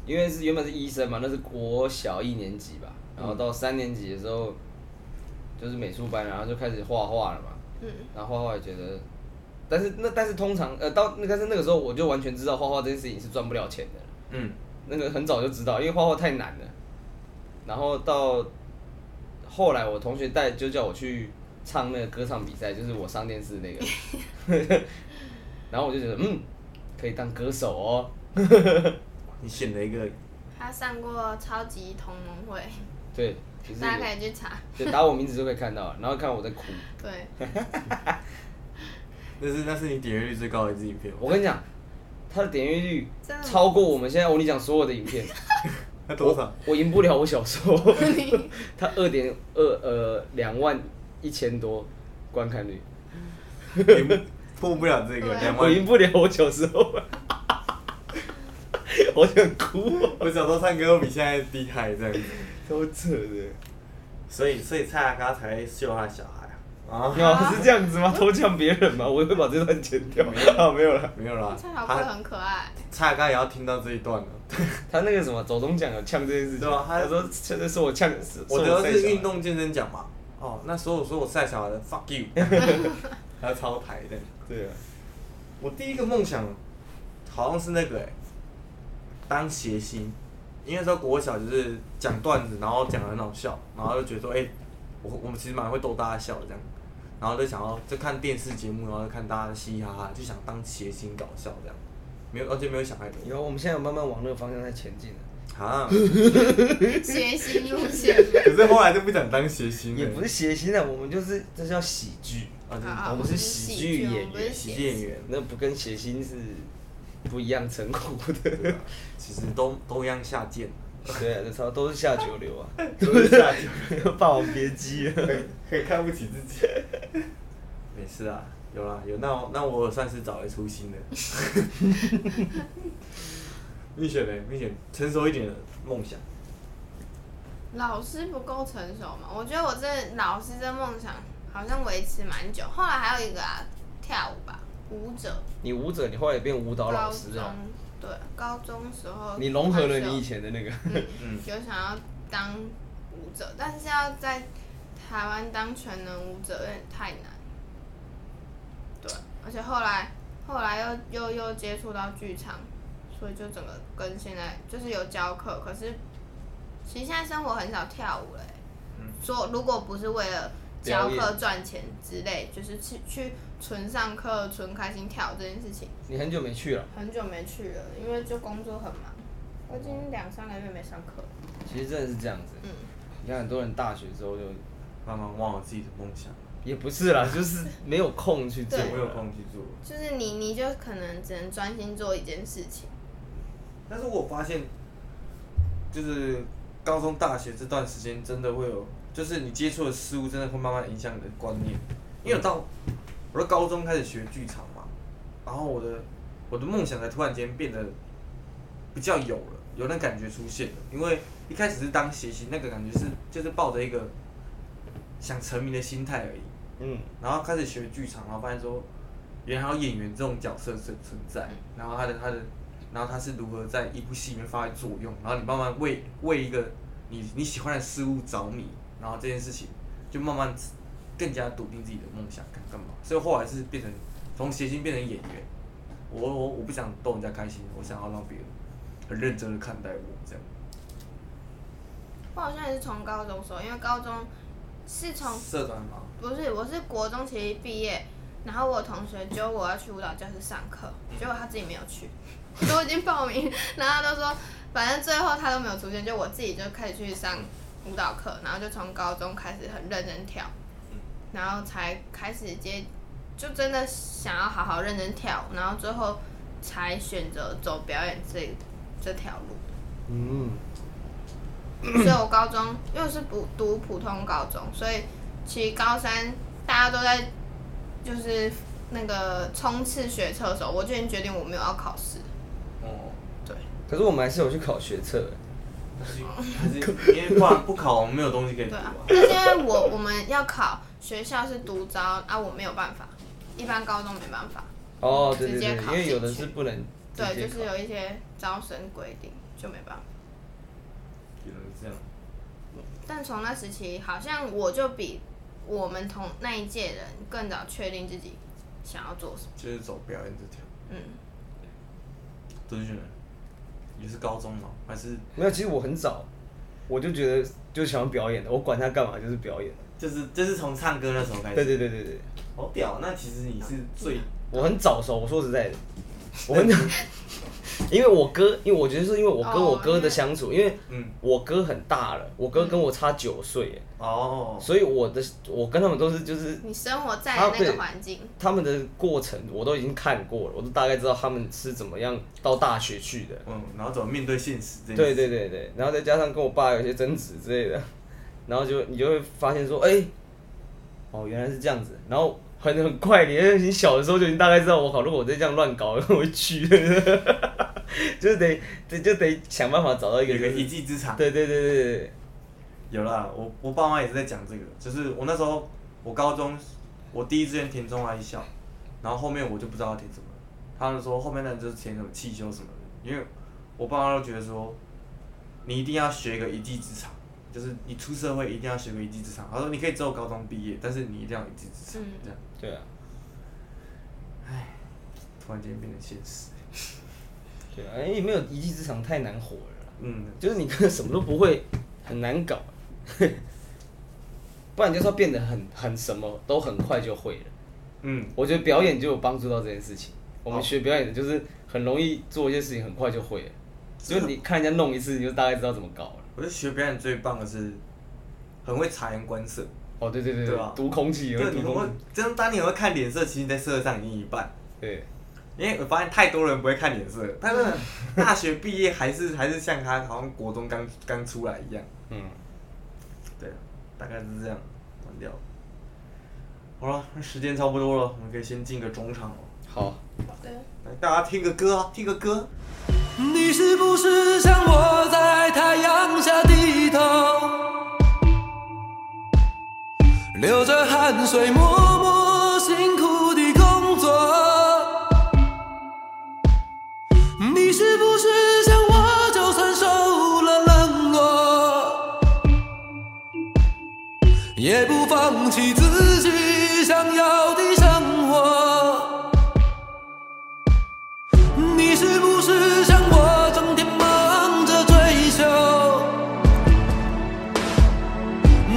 Speaker 1: 因为是原本是医生嘛，那是国小一年级吧，然
Speaker 3: 嗯
Speaker 1: 后到三年级的时候，就是美术班，然后就开始画画了嘛。
Speaker 3: 嗯，
Speaker 1: 然后画画也觉得，但是那但是通常呃到那但是那个时候我就完全知道画画这件事情是赚不了钱的，
Speaker 2: 嗯，
Speaker 1: 那个很早就知道，因为画画太难了。然后到后来，我同学带就叫我去唱那个歌唱比赛，就是我上电视那 个。然后我就觉得，嗯，可以当歌手 哦。
Speaker 2: 你选了一个
Speaker 3: 他上过超级同盟会，
Speaker 1: 对，其实
Speaker 3: 大家
Speaker 1: 也
Speaker 3: 可以去查。
Speaker 1: 就打我名字就可以看到，啊然后看我在哭。
Speaker 3: 对，
Speaker 1: 啊
Speaker 2: 那是那是你点阅率最高的一支影片吗，
Speaker 1: 我跟你讲，他的点阅率
Speaker 3: 真的吗
Speaker 1: 超过我们现在我跟你讲所有的影片，
Speaker 2: 那多少？
Speaker 1: 我赢不了我小时候。他二点二呃两万一千多观看率，
Speaker 2: 你破不了这个
Speaker 3: 对啊
Speaker 2: 两
Speaker 1: 我
Speaker 2: 万。
Speaker 1: 赢不了我小时候。好想哭、哦，
Speaker 2: 我小时候唱歌都比现在厉害，这样子。
Speaker 1: 超扯的。
Speaker 2: 所以，所以蔡阿嘎才秀他小孩啊？啊，
Speaker 1: 哦，是这样子吗？偷呛别人吗？我会把这段剪掉。啊，没有了。
Speaker 2: 没有啦，
Speaker 3: 蔡小贵
Speaker 2: 他
Speaker 3: 很可爱，
Speaker 2: 蔡阿嘎也要听到这一段了。
Speaker 1: 他那个什么走中奖有呛这件事情，
Speaker 2: 对啊他
Speaker 1: 他说真的是我呛，是
Speaker 2: 我
Speaker 1: 是
Speaker 2: 得的
Speaker 1: 太
Speaker 2: 是
Speaker 1: 小了
Speaker 2: 运动健身奖嘛？哦，那所以我说我晒小孩的，fuck you，还要超台的。
Speaker 1: 对啊，
Speaker 2: 我第一个梦想好像是那个哎、当谐星，因为那时候国小就是讲段子，然后讲得很好笑，然后就觉得说，哎、我我们其实蛮会逗大家笑的这样，然后就想要就看电视节目，然后就看大家嘻嘻哈哈，就想当谐星搞笑这样，没有而且没有想太多
Speaker 1: 有我们现在有慢慢往那个方向在前进了，
Speaker 2: 啊，
Speaker 3: 谐星路线
Speaker 2: 可是后来就不想当谐星
Speaker 1: 也不
Speaker 2: 是
Speaker 1: 是谐星啊，我们就是这叫喜剧，
Speaker 2: 啊，
Speaker 3: 嘛。
Speaker 2: 就
Speaker 3: 啊
Speaker 1: 我们是喜剧演员
Speaker 3: 我们是
Speaker 2: 喜
Speaker 3: 喜
Speaker 2: 剧
Speaker 3: 剧
Speaker 2: 演员，
Speaker 1: 那不跟谐星是不一样称呼 的。
Speaker 2: 对吧其实都都一样下贱，
Speaker 1: 对啊，这超都是下九流啊，
Speaker 2: 都是下贱。
Speaker 1: 霸王别姬啊。
Speaker 2: 很很看不起自己。没事啊，有啦有，那我那我算是找回初心了。 蜜雪呢？蜜雪成熟一点的梦想，
Speaker 3: 老师不够成熟嘛？我觉得我这老师这梦想好像维持蛮久。后来还有一个啊，跳舞吧，舞者，
Speaker 1: 你舞者，你后来也变舞蹈
Speaker 3: 高
Speaker 1: 老
Speaker 3: 中
Speaker 1: 师啊，
Speaker 3: 对，高中时候
Speaker 1: 你融合了
Speaker 3: 好像
Speaker 1: 你以前的那个，
Speaker 3: 啊
Speaker 2: 嗯
Speaker 3: 有想要当舞者，但是要在台湾当全能舞者有点太难。对，而且后来后来又又又接触到剧场，所以就整个跟现在就是有教课，可是其实现在生活很少跳舞了、欸。说如果不是为了教
Speaker 1: 表
Speaker 3: 课
Speaker 1: 演
Speaker 3: 赚钱之类，就是去去纯上课、纯开心跳这件事情，
Speaker 1: 你很久没去了。
Speaker 3: 很久没去了，因为就工作很忙。我已经两三个月没上课了。
Speaker 4: 其实真的是这样子。
Speaker 3: 嗯
Speaker 4: 你看很多人大学之后就
Speaker 2: 慢慢忘了自己的梦想，
Speaker 4: 也不是啦，就是没有空去做。
Speaker 3: 对
Speaker 2: 我有空去做。
Speaker 3: 就是你，你就可能只能专心做一件事情。
Speaker 2: 但是我发现，就是高中、大学这段时间，真的会有，就是你接触的事物，真的会慢慢影响你的观念。因为我到我的高中开始学剧场嘛，然后我的我的梦想才突然间变得比较有了，有那感觉出现了。因为一开始是当学习，那个感觉是就是抱着一个想成名的心态而已。
Speaker 1: 嗯，
Speaker 2: 然后开始学剧场，然后发现说，原来还有演员这种角色存存在，然后他的他的，然后他是如何在一部戏里面发挥作用，然后你慢慢为为一个你你喜欢的事物着迷，然后这件事情就慢慢更加笃定自己的梦想干干嘛，所以后来是变成从谐星变成演员，我我我不想逗人家开心，我想要让别人很认真的看待我这样，
Speaker 3: 我好像也是从高中时候，因为高中是从
Speaker 2: 社团嘛，
Speaker 3: 不是我是国中其实毕业，然后我同学揪我要去舞蹈教室上课，结果他自己没有去， 我都已经报名， 然后他都说反正最后他都没有出现，就我自己就开始去上舞蹈课，然后就从高中开始很认真跳，然后才开始接，就真的想要好好认真跳舞，然后最后才选择走表演这这条路。
Speaker 1: 嗯，
Speaker 3: 所以我高中因为我是普读普通高中，所以其实高三大家都在就是那个冲刺学测的时候，我就已经决定我没有要考试。
Speaker 2: 哦。
Speaker 3: 对，
Speaker 1: 可是我们还是有去考学测欸，
Speaker 2: 还 是还是因为不然不考，我们没有东西可以读
Speaker 3: 对啊
Speaker 2: 啊，。
Speaker 3: 但是因为我我们要考学校是独招啊，我没有办法，一般高中没办法。
Speaker 1: 哦，对对
Speaker 3: 直
Speaker 1: 对，
Speaker 3: 接考
Speaker 1: 因为有的
Speaker 3: 进去
Speaker 1: 是不能直
Speaker 3: 对，
Speaker 1: 接
Speaker 3: 就是
Speaker 1: 考
Speaker 3: 有一些招生规定就没办法。
Speaker 2: 原来是这样。
Speaker 3: 但从那时期，好像我就比我们同那一届人更早确定自己想要做什么。
Speaker 2: 就是走表演这条。
Speaker 3: 嗯，
Speaker 2: 遵循人也是高中嘛，还是
Speaker 1: 没有，其实我很早我就觉得就喜欢表演的，我管他干嘛，就是表演。
Speaker 2: 就是就是从唱歌那时候开始。
Speaker 1: 对对对对对，
Speaker 2: 好屌！那其实你是最
Speaker 1: 我很早熟，我说实在的，我 很早，因为我哥，因为我觉得是因为我跟
Speaker 3: 哦
Speaker 1: 我哥的相处，因为
Speaker 2: 嗯
Speaker 1: 我哥很大了，我哥跟
Speaker 3: 嗯
Speaker 1: 我差九岁耶，
Speaker 2: 哦，
Speaker 1: 所以我的我跟他们都是就是
Speaker 3: 你生活在
Speaker 1: 啊
Speaker 3: 的那
Speaker 1: 对
Speaker 3: 个环境。
Speaker 1: 他们的过程我都已经看过了，我都大概知道他们是怎么样到大学去的。
Speaker 2: 嗯，然后怎么面对现实这件
Speaker 1: 对
Speaker 2: 事
Speaker 1: 对对对，然后再加上跟我爸有些争执之类的， 然后就你就会发现说，哎、哦原来是这样子，然后很很快，你因为你小的时候就已经大概知道，我靠，如果我再这样乱搞，我会去， 就是得得就得想办法找到一个、
Speaker 2: 有
Speaker 1: 就
Speaker 2: 个
Speaker 1: 是
Speaker 2: 一技之长。
Speaker 1: 对对对对对对，
Speaker 2: 有啦，我我爸妈也是在讲这个，就是我那时候我高中我第一志愿填中华一校，然后后面我就不知道要填什么了，他们说后面那就是填什么汽修什么的，因为我爸妈都觉得说你一定要学个一技之长，就是你出社会一定要学个一技之长，他说你可以只有高中毕业，但是你一定要有一技之长，
Speaker 3: 嗯
Speaker 2: 这样
Speaker 1: 对啊
Speaker 2: 突然间变成现实，
Speaker 1: 对啊，因为没有一技之长太难活了啦，
Speaker 2: 嗯，
Speaker 1: 就是你可能什么都不会，很难搞， 不然就是要变得很很什么都很快就会了。
Speaker 2: 嗯，
Speaker 1: 我觉得表演就有帮助到这件事情。我们
Speaker 2: 哦
Speaker 1: 学表演的就是很容易做一些事情，很快就会了。
Speaker 2: 是
Speaker 1: 就
Speaker 2: 啊
Speaker 1: 你看人家弄一次，你就大概知道怎么搞了。
Speaker 2: 我觉得学表演最棒的是很会察言观色，
Speaker 1: 哦，对对对
Speaker 2: 对啊
Speaker 1: 读空气，有
Speaker 2: 对，
Speaker 1: 读
Speaker 2: 你会
Speaker 1: 空气，
Speaker 2: 真的当你会看脸色，其实你在社会上已经一半。
Speaker 1: 对，
Speaker 2: 因为我发现太多人不会看脸色，但是 大学毕业还是还是像他好像国中刚刚出来一样，
Speaker 1: 嗯，
Speaker 2: 对，大概是这样，完掉了。好了，那时间差不多了，我们可以先进个中场了，
Speaker 1: 好。
Speaker 3: 好的。
Speaker 2: 来哎大家听个歌啊，听个歌。
Speaker 5: 你是不是像我在太阳下低头，流着汗水，默默辛苦地工作。你是不是像我，就算受了冷落，也不放弃自己想要的生活？你是不是像我，整天忙着追求？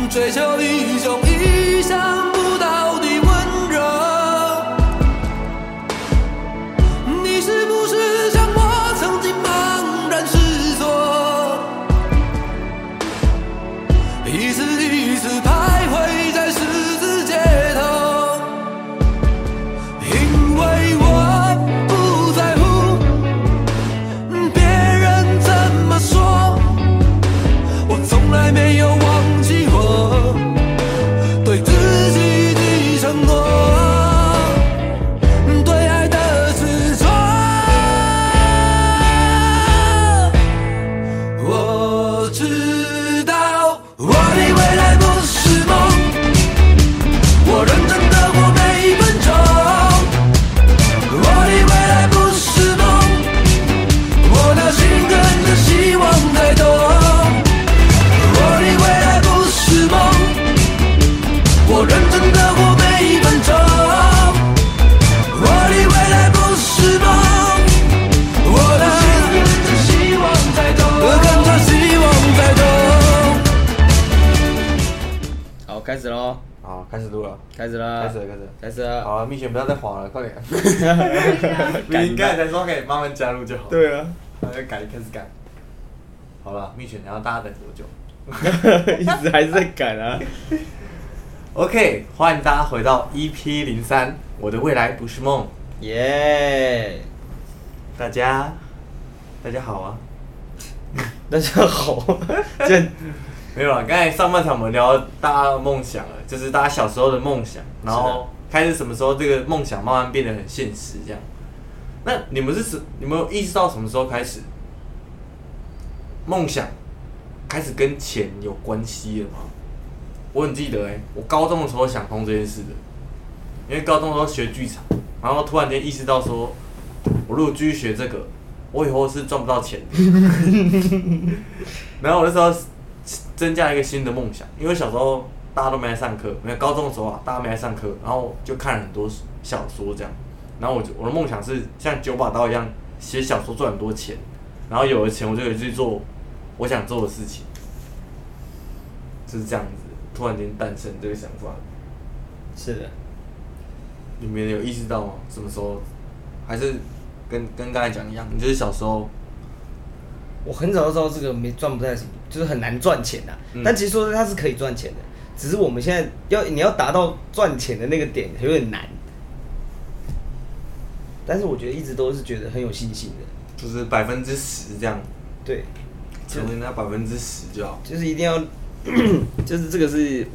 Speaker 5: 追求一种意想不到的温柔。你是不是像我曾经茫然失措，一次一次徘徊在十字街头？因为我不在乎别人怎么说。我从来没有忘记我对自己的承诺，对爱的执着。我知道我的未来不是梦，我认真的活每分钟。我的未来不是梦，我那心跟着希望在动。我的未来不是梦，我认真的活每一分钟。我的未来不是梦，我的希望在动，我跟着希望在动。
Speaker 1: 好，开始喽，
Speaker 2: 好，开始录了，
Speaker 1: 开始啦，
Speaker 2: 开始了，开始了。
Speaker 1: 开始啊啦。
Speaker 2: 好了，蜜雪不要再晃了，快点！
Speaker 1: 干
Speaker 2: 你刚才才说可以慢慢加入就好，
Speaker 1: 对啊，
Speaker 2: 然后就改，开始改。好了，蜜雪，你要大家等多久
Speaker 1: 一直还是在赶啊。
Speaker 2: ？OK，欢迎大家回到 EP 零三，我的未来不是梦。
Speaker 1: 耶，
Speaker 2: 大家，大家好啊！
Speaker 1: 大家 好，这
Speaker 2: 没有啦，刚才上半场我们聊大家的梦想了，就是大家小时候的梦想，然
Speaker 1: 是的
Speaker 2: 后开始什么时候这个梦想慢慢变得很现实，这样。那你们是什？你们有意识到什么时候开始梦想开始跟钱有关系了吗？我很记得哎、我高中的时候想通这件事的，因为高中的时候学剧场，然后突然间意识到说，我如果继续学这个，我以后是赚不到钱的。 然后我那时候增加一个新的梦想，因为小时候大家都没来上课，没有高中的时候啊，大家没来上课，然后就看了很多小说这样。然后我就我的梦想是像九把刀一样写小说赚很多钱，然后有了钱我就可以去做我想做的事情，就是这样子。突然间诞生这个想法，
Speaker 1: 是的，
Speaker 2: 你们有意识到吗？什么时候？还是跟跟刚才讲一样，你就是小时候
Speaker 6: 我很早就知道这个没赚不太什么，就是很难赚钱的、啊
Speaker 2: 嗯
Speaker 6: 但其实说它是可以赚钱的，只是我们现在要你要达到赚钱的那个点有点难。但是我觉得一直都是觉得很有信心的，
Speaker 2: 就是百分之十这样，
Speaker 6: 对，
Speaker 2: 成为那百分之十就好。
Speaker 6: 就是一定要
Speaker 1: 就是这个是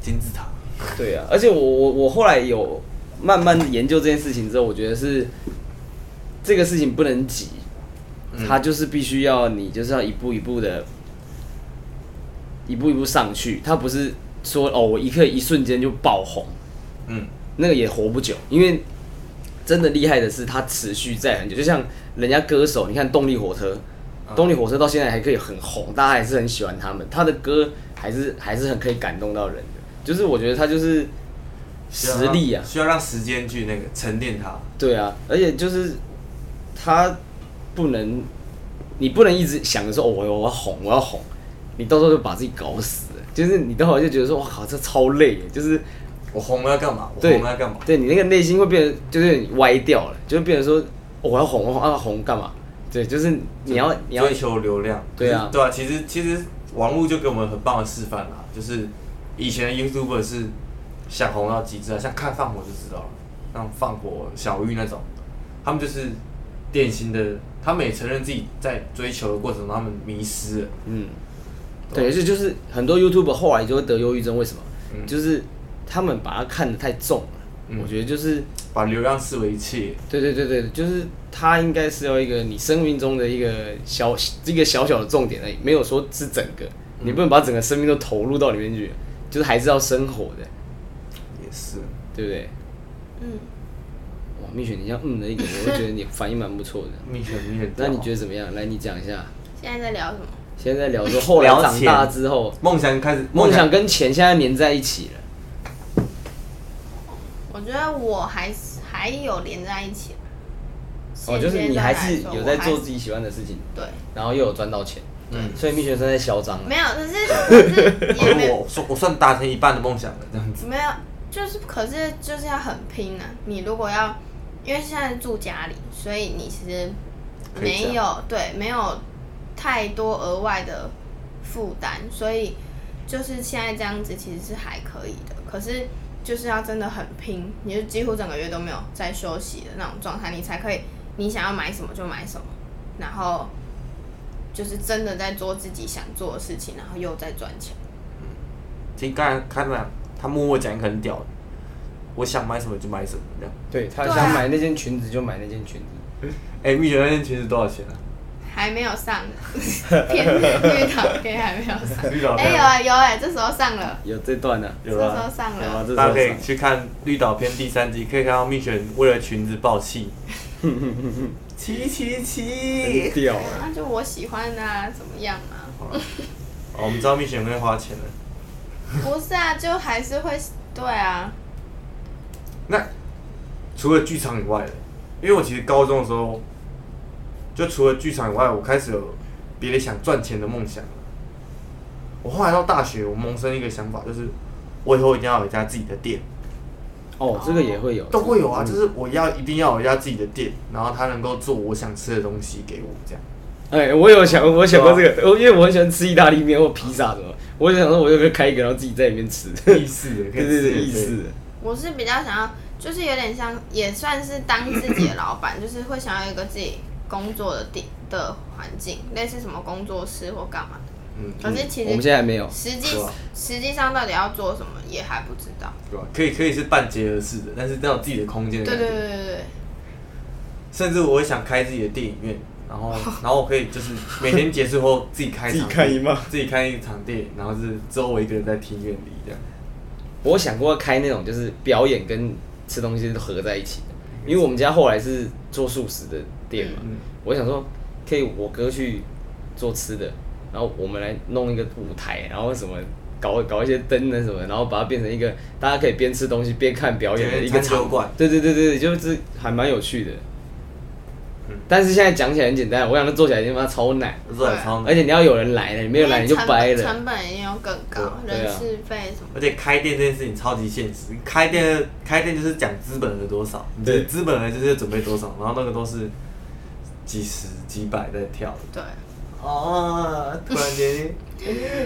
Speaker 2: 金字塔，
Speaker 1: 对啊，而且我我我后来有慢慢地研究这件事情之后，我觉得是这个事情不能急，
Speaker 2: 嗯
Speaker 1: 它就是必须要你就是要一步一步的，一步一步上去，它不是说哦我一刻一瞬间就爆红，
Speaker 2: 嗯，
Speaker 1: 那个也活不久，因为真的厉害的是它持续在很久，就像人家歌手，你看动力火车，动力火车到现在还可以很红，大家还是很喜欢他们，他的歌还是还是很可以感动到人的，就是我觉得他就是实力啊，
Speaker 2: 需要让时间去那个沉淀它。
Speaker 1: 对啊，而且就是他不能，你不能一直想着说哦我我要红我要红，你到时候就把自己搞死了，就是你到时候就觉得说哇靠这超累耶，就是
Speaker 2: 我红了要干嘛？我
Speaker 1: 对
Speaker 2: 红了要干嘛？
Speaker 1: 对你那个内心会变得就是你歪掉了，就会变成说、哦我要红，我要红啊红干嘛？对，就是你要你要
Speaker 2: 追求流量，
Speaker 1: 对啊
Speaker 2: 可是对啊，其实其实网络就给我们很棒的示范啦，就是以前的 YouTuber 是想红到极致啊，像看放火就知道了，像放火小玉那种，他们就是典型的，他们也承认自己在追求的过程中他们迷失了，
Speaker 1: 嗯，对，这就是很多 YouTube 后来就会得忧郁症，为什么？
Speaker 2: 嗯
Speaker 1: 就是他们把它看得太重了。
Speaker 2: 嗯
Speaker 1: 我觉得就是，
Speaker 2: 把流量视为一切。
Speaker 1: 对对对对，就是它应该是要一个你生命中的一个小嗯一个小小的重点而已，没有说是整个，你不能把整个生命都投入到里面去，就是还是要生活的，
Speaker 2: 也是，
Speaker 1: 对不对？
Speaker 3: 嗯，
Speaker 1: 哇，蜜雪，你像嗯了一点，我就觉得你反应蛮不 错的。
Speaker 2: 蜜雪蜜雪，
Speaker 1: 那你觉得怎么样？来，你讲一下。
Speaker 3: 现在在聊什么？
Speaker 1: 现在聊说后来
Speaker 2: 聊
Speaker 1: 长
Speaker 2: 钱
Speaker 1: 大之后，
Speaker 2: 梦想开始
Speaker 1: 梦想跟钱现在粘在一起了。
Speaker 3: 我觉得我还是还有连在一起吧。
Speaker 1: 哦，就是
Speaker 3: 现
Speaker 1: 你
Speaker 3: 阶段
Speaker 1: 还
Speaker 3: 来
Speaker 1: 是
Speaker 3: 说
Speaker 1: 有
Speaker 3: 我
Speaker 1: 在
Speaker 3: 还
Speaker 1: 做
Speaker 3: 是
Speaker 1: 自己喜欢的事情，
Speaker 3: 对，
Speaker 1: 然后又有赚到钱，
Speaker 2: 嗯，
Speaker 1: 所以蜜雪正在嚣张了。
Speaker 3: 没有，可是可是 也没
Speaker 2: 哦
Speaker 3: 有
Speaker 2: 我算我算达成一半的梦想了，这样子。
Speaker 3: 没有，就是可是就是要很拼啊！你如果要，因为现在住家里，所以你其实
Speaker 2: 可以这样
Speaker 3: 没有对没有太多额外的负担，所以就是现在这样子其实是还可以的。可是就是要真的很拼，你就几乎整个月都没有在休息的那种状态，你才可以你想要买什么就买什么，然后就是真的在做自己想做的事情，然后又在赚钱。
Speaker 2: 听刚才看到他默默讲一个很屌的，我想买什么就买什么这样。
Speaker 1: 对他
Speaker 3: 对啊
Speaker 1: 想买那件裙子就买那件裙子，
Speaker 2: 哎，蜜雪那件裙子多少钱啊？
Speaker 3: 还没有上， 偏绿岛可以还没有上。
Speaker 2: 绿岛
Speaker 3: 哎、有哎、有哎、这时候上了，
Speaker 1: 有这段呢、啊。
Speaker 2: 有
Speaker 3: 这时候
Speaker 2: 啊，
Speaker 3: 上
Speaker 1: 有啊
Speaker 3: 了，
Speaker 1: 这时
Speaker 2: 大家
Speaker 1: 候
Speaker 2: 可以
Speaker 1: 上
Speaker 2: 去看《绿岛篇》第三集，可以看到蜜雪为了裙子爆气，七七七
Speaker 1: 很。屌啊！
Speaker 3: 那就我喜欢的啊，怎么样啊？
Speaker 2: 哦，我们知道蜜雪会花钱了。
Speaker 3: 不是啊，就还是会对啊，
Speaker 2: 那除了剧场以外呢，因为我其实高中的时候，就除了剧场以外，我开始有别的想赚钱的梦想了。我后来到大学，我萌生一个想法，就是我以后一定要有一家自己的店，
Speaker 1: 哦，这个也会有，嗯
Speaker 2: 都会有啊，就是我要一定要有一家自己的店，然后他能够做我想吃的东西给我，这样。
Speaker 1: 哎、我有想，我有想过
Speaker 2: 啊
Speaker 1: 这个，我因为我很喜欢吃意大利面或披萨什么，我就想说，我就可以开一个，然后自己在里面吃。
Speaker 2: 意思也可
Speaker 1: 对
Speaker 2: 以
Speaker 1: 对
Speaker 2: 吃
Speaker 1: 对，
Speaker 2: 也可以
Speaker 1: 意思。
Speaker 3: 我是比较想要，就是有点像，也算是当自己的老板， 就是会想要有一个自己工作的地的环境，类似什么工作室或干嘛的。
Speaker 2: 嗯，
Speaker 3: 可是其
Speaker 1: 我们
Speaker 3: 实
Speaker 1: 现在没有，
Speaker 3: 实际
Speaker 2: 对啊
Speaker 3: 实际上到底要做什么也还不知道。
Speaker 2: 对吧？啊可以可以是半结合式的，但是要有自己的空间的
Speaker 3: 对
Speaker 2: 感觉。
Speaker 3: 对对对对。
Speaker 2: 甚至我会想开自己的电影院，然后然后我可以就是每天结束后自己开一
Speaker 7: 自
Speaker 2: 场
Speaker 7: 己看一幕
Speaker 2: 自己看一场电影，然后是只有我一个人在庭院里这样。
Speaker 1: 我想过开那种就是表演跟吃东西都合在一起的，因为我们家后来是做素食的店嘛，
Speaker 2: 嗯
Speaker 1: 我想说可以我哥去做吃的，然后我们来弄一个舞台，然后什么搞搞一些灯啊什么，然后把它变成一个大家可以边吃东西边看表演的一个
Speaker 2: 餐酒
Speaker 1: 场
Speaker 2: 馆
Speaker 1: 对对对对，对就是还蛮有趣的
Speaker 2: 嗯。
Speaker 1: 但是现在讲起来很简单，我想它做起来他妈超难，
Speaker 2: 热超
Speaker 1: 而且你要有人来了，你没有来你就
Speaker 3: 因为成本
Speaker 1: 掰了。
Speaker 3: 成本一定要更高，
Speaker 1: 对
Speaker 3: 人
Speaker 1: 对啊
Speaker 3: 事费什么。
Speaker 2: 而且开店这件事情超级现实，开店开店就是讲资本额多少，你的
Speaker 1: 对
Speaker 2: 资本额就是准备多少，然后那个都是几十几百在跳的。
Speaker 3: 对，
Speaker 2: 啊！突然 间，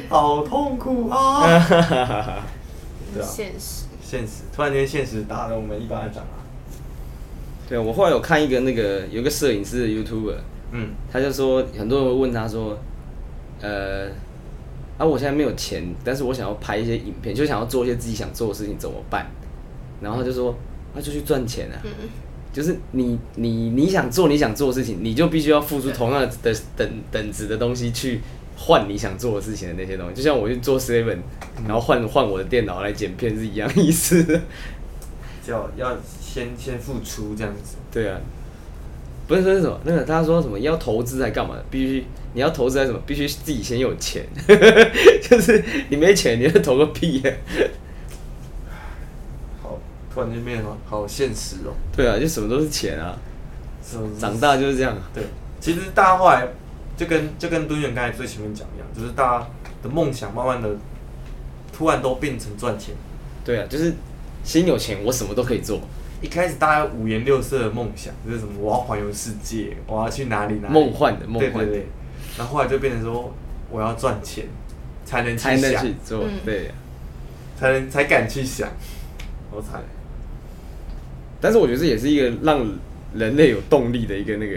Speaker 2: 好痛苦啊！对啊，
Speaker 3: 现实。
Speaker 2: 现实突然间现实打了我们一巴掌啊！
Speaker 1: 对，我后来有看一个那个有一个摄影师的 YouTuber，
Speaker 2: 嗯，
Speaker 1: 他就说很多人会问他说，呃，啊，我现在没有钱，但是我想要拍一些影片，就想要做一些自己想做的事情，怎么办？然后他就说，那、就去赚钱啊，
Speaker 3: 嗯，
Speaker 1: 就是你你你想做你想做的事情，你就必须要付出同样的的等等值的东西去换你想做的事情的那些东西，就像我去做 Seven，然后
Speaker 3: 嗯
Speaker 1: 换换我的电脑来剪片是一样意思的。
Speaker 2: 就要要先先付出这样子。
Speaker 1: 对啊，不是说是什么那个他说什么要投资还干嘛的？必须你要投资还是什么？必须自己先有钱， 就是你没钱，你就投个屁啊呀、
Speaker 2: 好，突然间变得好好现实哦、
Speaker 1: 对啊，就什么都是钱啊，
Speaker 2: 是不是
Speaker 1: 长大就是这样啊。
Speaker 2: 对，其实大家后来就跟就跟敦远刚才最前面讲一样，就是大家的梦想慢慢的突然都变成赚钱。
Speaker 1: 对啊，就是先有钱，我什么都可以做，
Speaker 2: 一开始大家五颜六色的梦想，就是什么我要环游世界，我要去哪里哪里，
Speaker 1: 梦幻的梦
Speaker 2: 哎对
Speaker 1: 幻
Speaker 2: 对
Speaker 1: 的
Speaker 2: 对。然后后来就变成说我要赚钱才能去
Speaker 1: 才能
Speaker 2: 想，
Speaker 1: 去做。
Speaker 3: 嗯
Speaker 1: 对、啊，
Speaker 2: 才能才敢去想，我才
Speaker 1: 但是我觉得这也是一个让人类有动力的一个那个。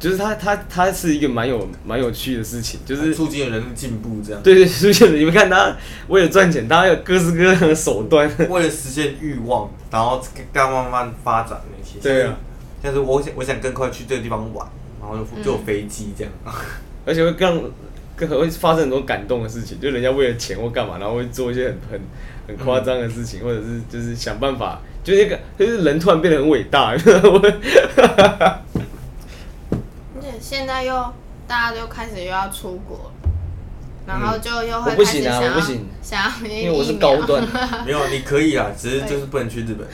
Speaker 1: 就是它，它，它是一个蛮有蛮有趣的事情，就
Speaker 2: 就是促进了人的进步这样。
Speaker 1: 对对，出现了。你们看他为了赚钱，他有各式各样的手段。
Speaker 2: 为了实现欲望，然后再慢慢发展那些。
Speaker 1: 对啊，
Speaker 2: 但是我想我想更快去这个地方玩，然后就就有飞机这样。
Speaker 1: 而且会让
Speaker 8: 更很会发生很多感动的事情，就人家为了钱或干嘛，然后会做一些很很很夸张的事情，或者是就是想办法，就是一个就是人突然变得很伟大。
Speaker 3: 而且现在又大家就开始又要出国，然后就又
Speaker 8: 我
Speaker 3: 会
Speaker 8: 不
Speaker 3: 开始
Speaker 8: 行啊
Speaker 3: 想
Speaker 8: 我
Speaker 3: 要
Speaker 8: 不行
Speaker 3: 想要
Speaker 8: 因为我是高 端，
Speaker 2: 没有，你可以啦，只是就是不能去日本。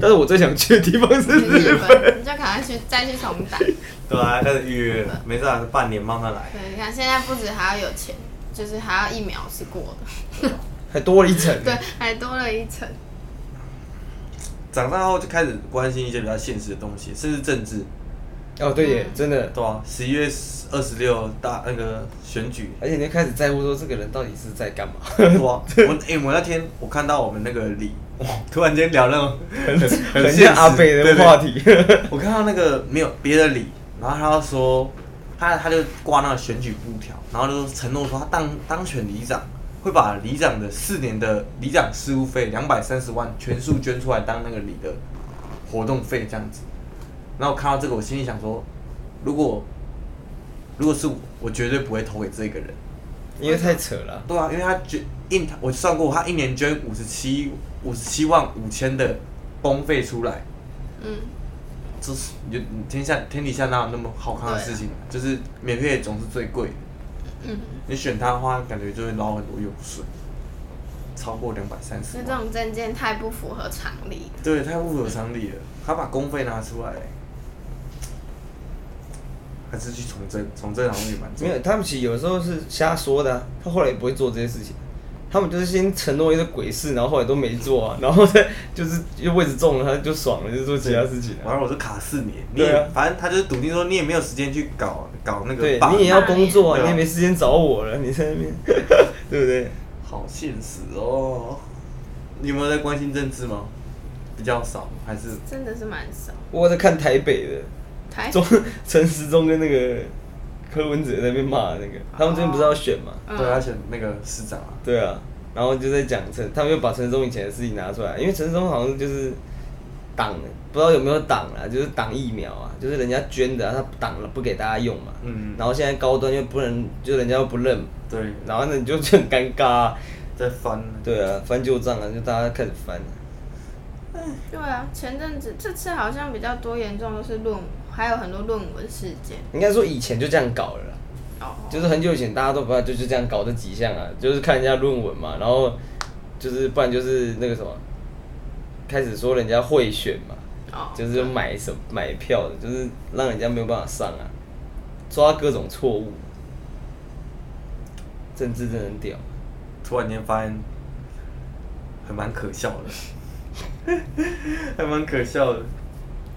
Speaker 8: 但是我最想去的地方是
Speaker 3: 日
Speaker 8: 日本。
Speaker 3: 本，你就赶快去再去重打。
Speaker 2: 对啊，开始预约了，没事啊，半年慢慢来。
Speaker 3: 对，你看现在不止还要有钱，就是还要疫苗是过的，
Speaker 1: 还多了一层。
Speaker 3: 对，还多了一层。
Speaker 2: 长大后就开始关心一些比较现实的东西，甚至政治。
Speaker 1: 哦，对耶，真的。
Speaker 2: 对啊，十一月二十六大那个选举，
Speaker 1: 而且你就开始在乎说这个人到底是在干嘛。
Speaker 2: 对啊，我哎、我那天我看到我们那个李，哇，突然间聊那种很
Speaker 1: 很
Speaker 2: 很现
Speaker 1: 像
Speaker 2: 实
Speaker 1: 阿北的
Speaker 2: 对对
Speaker 1: 话题。
Speaker 2: 我看到那个没有别的理，然后他就说，他他就挂那个选举布条，然后就承诺说他当当选里长会把里长的四年的里长事务费两百三十万全数捐出来当那个里的活动费这样子。然后我看到这个，我心里想说，如果如果是我，我绝对不会投给这个人。
Speaker 1: 因为太扯了。
Speaker 2: 对啊，因为他捐一，我算过，他一年捐五十七五十七万五千的公费出来，
Speaker 3: 嗯，
Speaker 2: 就是有天下天底下哪有那么好看的事情？就是免费的总是最贵的。
Speaker 3: 啊嗯，
Speaker 2: 你选它的话，感觉就会捞很多油水，超过两百三十
Speaker 3: 那这。种证件太不符合常理。
Speaker 2: 对，太不合常理了。他把公费拿出来，还是去从政，从政好像也蛮重
Speaker 1: 没
Speaker 2: 要
Speaker 1: 有，。他们其实有时候是瞎说的啊、他后来也不会做这些事情。他们就是先承诺一个鬼事，然后后来都没做啊， 然后再就是又位置中了，他就爽了，就做其他事情
Speaker 2: 完
Speaker 1: 啊。
Speaker 2: 了，我就卡四年，你
Speaker 1: 对
Speaker 2: 也、
Speaker 1: 啊
Speaker 2: 反正他就是笃定说你也没有时间去搞搞那个
Speaker 1: 对
Speaker 2: 罢免，
Speaker 1: 你也要工作啊，
Speaker 2: 对啊
Speaker 1: 你也没时间找我了， 你在那边，对不对？
Speaker 2: 好现实哦。你有没有在关心政治吗？比较少，还是
Speaker 3: 真的是蛮少。
Speaker 1: 我在看台北的
Speaker 3: 台
Speaker 1: 中 陈时中跟那个柯文哲在那边骂那个，他们最近不是要选嘛？
Speaker 3: 嗯
Speaker 2: 对，
Speaker 8: 啊
Speaker 2: 而且那个市长啊，
Speaker 1: 对啊，然后就在讲陈，他们又把陈时中以前的事情拿出来，因为陈时中好像就是党，不知道有没有党啊，就是党疫苗啊，就是人家捐的、啊，他党了不给大家用嘛。
Speaker 2: 嗯
Speaker 1: 然后现在高端又不能，就人家又不认，
Speaker 2: 对，
Speaker 1: 然后呢你就就很尴尬、啊。
Speaker 2: 在翻，
Speaker 1: 对啊，翻旧账啊，就大家开始翻、啊。
Speaker 3: 对啊，前阵子这次好像比较多严重的是论，还有很多论文事件。
Speaker 1: 应该说以前就这样搞了啦。
Speaker 3: 哦，
Speaker 1: 就是很久以前大家都不要就是这样搞这几项啊，就是看人家论文嘛，然后就是不然就是那个什么，开始说人家贿选嘛，
Speaker 3: 哦
Speaker 1: 就是买什么买票的，就是让人家没有办法上啊，抓各种错误，政治真的很屌，
Speaker 2: 突然间发现还蛮可笑的， 还蛮可笑的，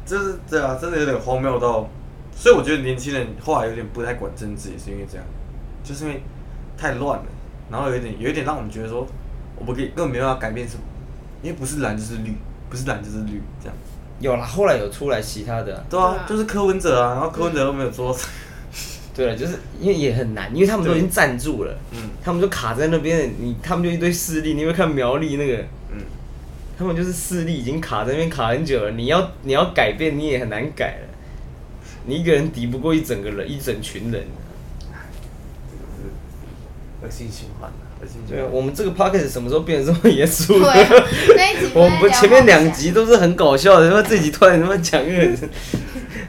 Speaker 2: 就是对啊，真的有点荒谬到，所以我觉得年轻人后来有点不太管政治，也是因为这样，就是因为太乱了，然后有一点有一点让我们觉得说，我们可以根本没办法改变什么，因为不是蓝就是绿，不是蓝就是绿这样，
Speaker 1: 有啦，后来有出来其他的、啊，
Speaker 2: 对啊，
Speaker 3: 对啊
Speaker 2: 就是柯文哲啊，然后柯文哲都没有做，
Speaker 1: 对了，就是因为也很难，因为他们都已经站住了，
Speaker 2: 嗯
Speaker 1: 他们就卡在那边，你他们就一堆势力，你有没有看苗栗那个？
Speaker 2: 嗯，
Speaker 1: 他们就是势力已经卡在那边卡很久了，你要你要改变你也很难改了，你一个人敌不过一整个人一整群人。
Speaker 2: 恶性循环啊，恶性循
Speaker 1: 对啊
Speaker 2: 环，。
Speaker 1: 我们这个 p o c k e t 什么时候变得这么严肃
Speaker 3: 对
Speaker 1: 了？
Speaker 3: 啊， 那一集
Speaker 1: 我们前面两
Speaker 3: 集。
Speaker 1: 集都是很搞笑的，他妈这集突然他妈讲一个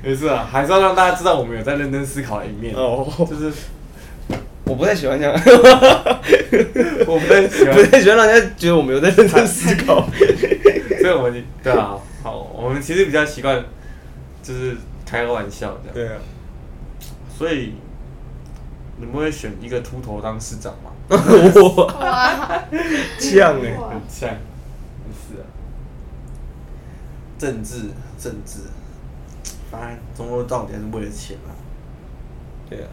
Speaker 2: 没事啊，还是要让大家知道我们有在认真思考的一面。
Speaker 1: 哦
Speaker 2: 就是
Speaker 1: 我不太喜欢这样，
Speaker 2: 我们在 喜欢
Speaker 1: 不，太喜欢让人家觉得我们有在认真思考。
Speaker 2: 所以我们对啊，好，我们其实比较习惯就是开个玩笑这样。
Speaker 1: 对啊，
Speaker 2: 所以你们会选一个秃头当市长吗？
Speaker 1: 我
Speaker 3: 哇，
Speaker 1: 啊呛哎、
Speaker 3: 哇
Speaker 2: 很像，不是啊。政治，政治，当然，从头到底还是为了钱啊。
Speaker 1: 对啊，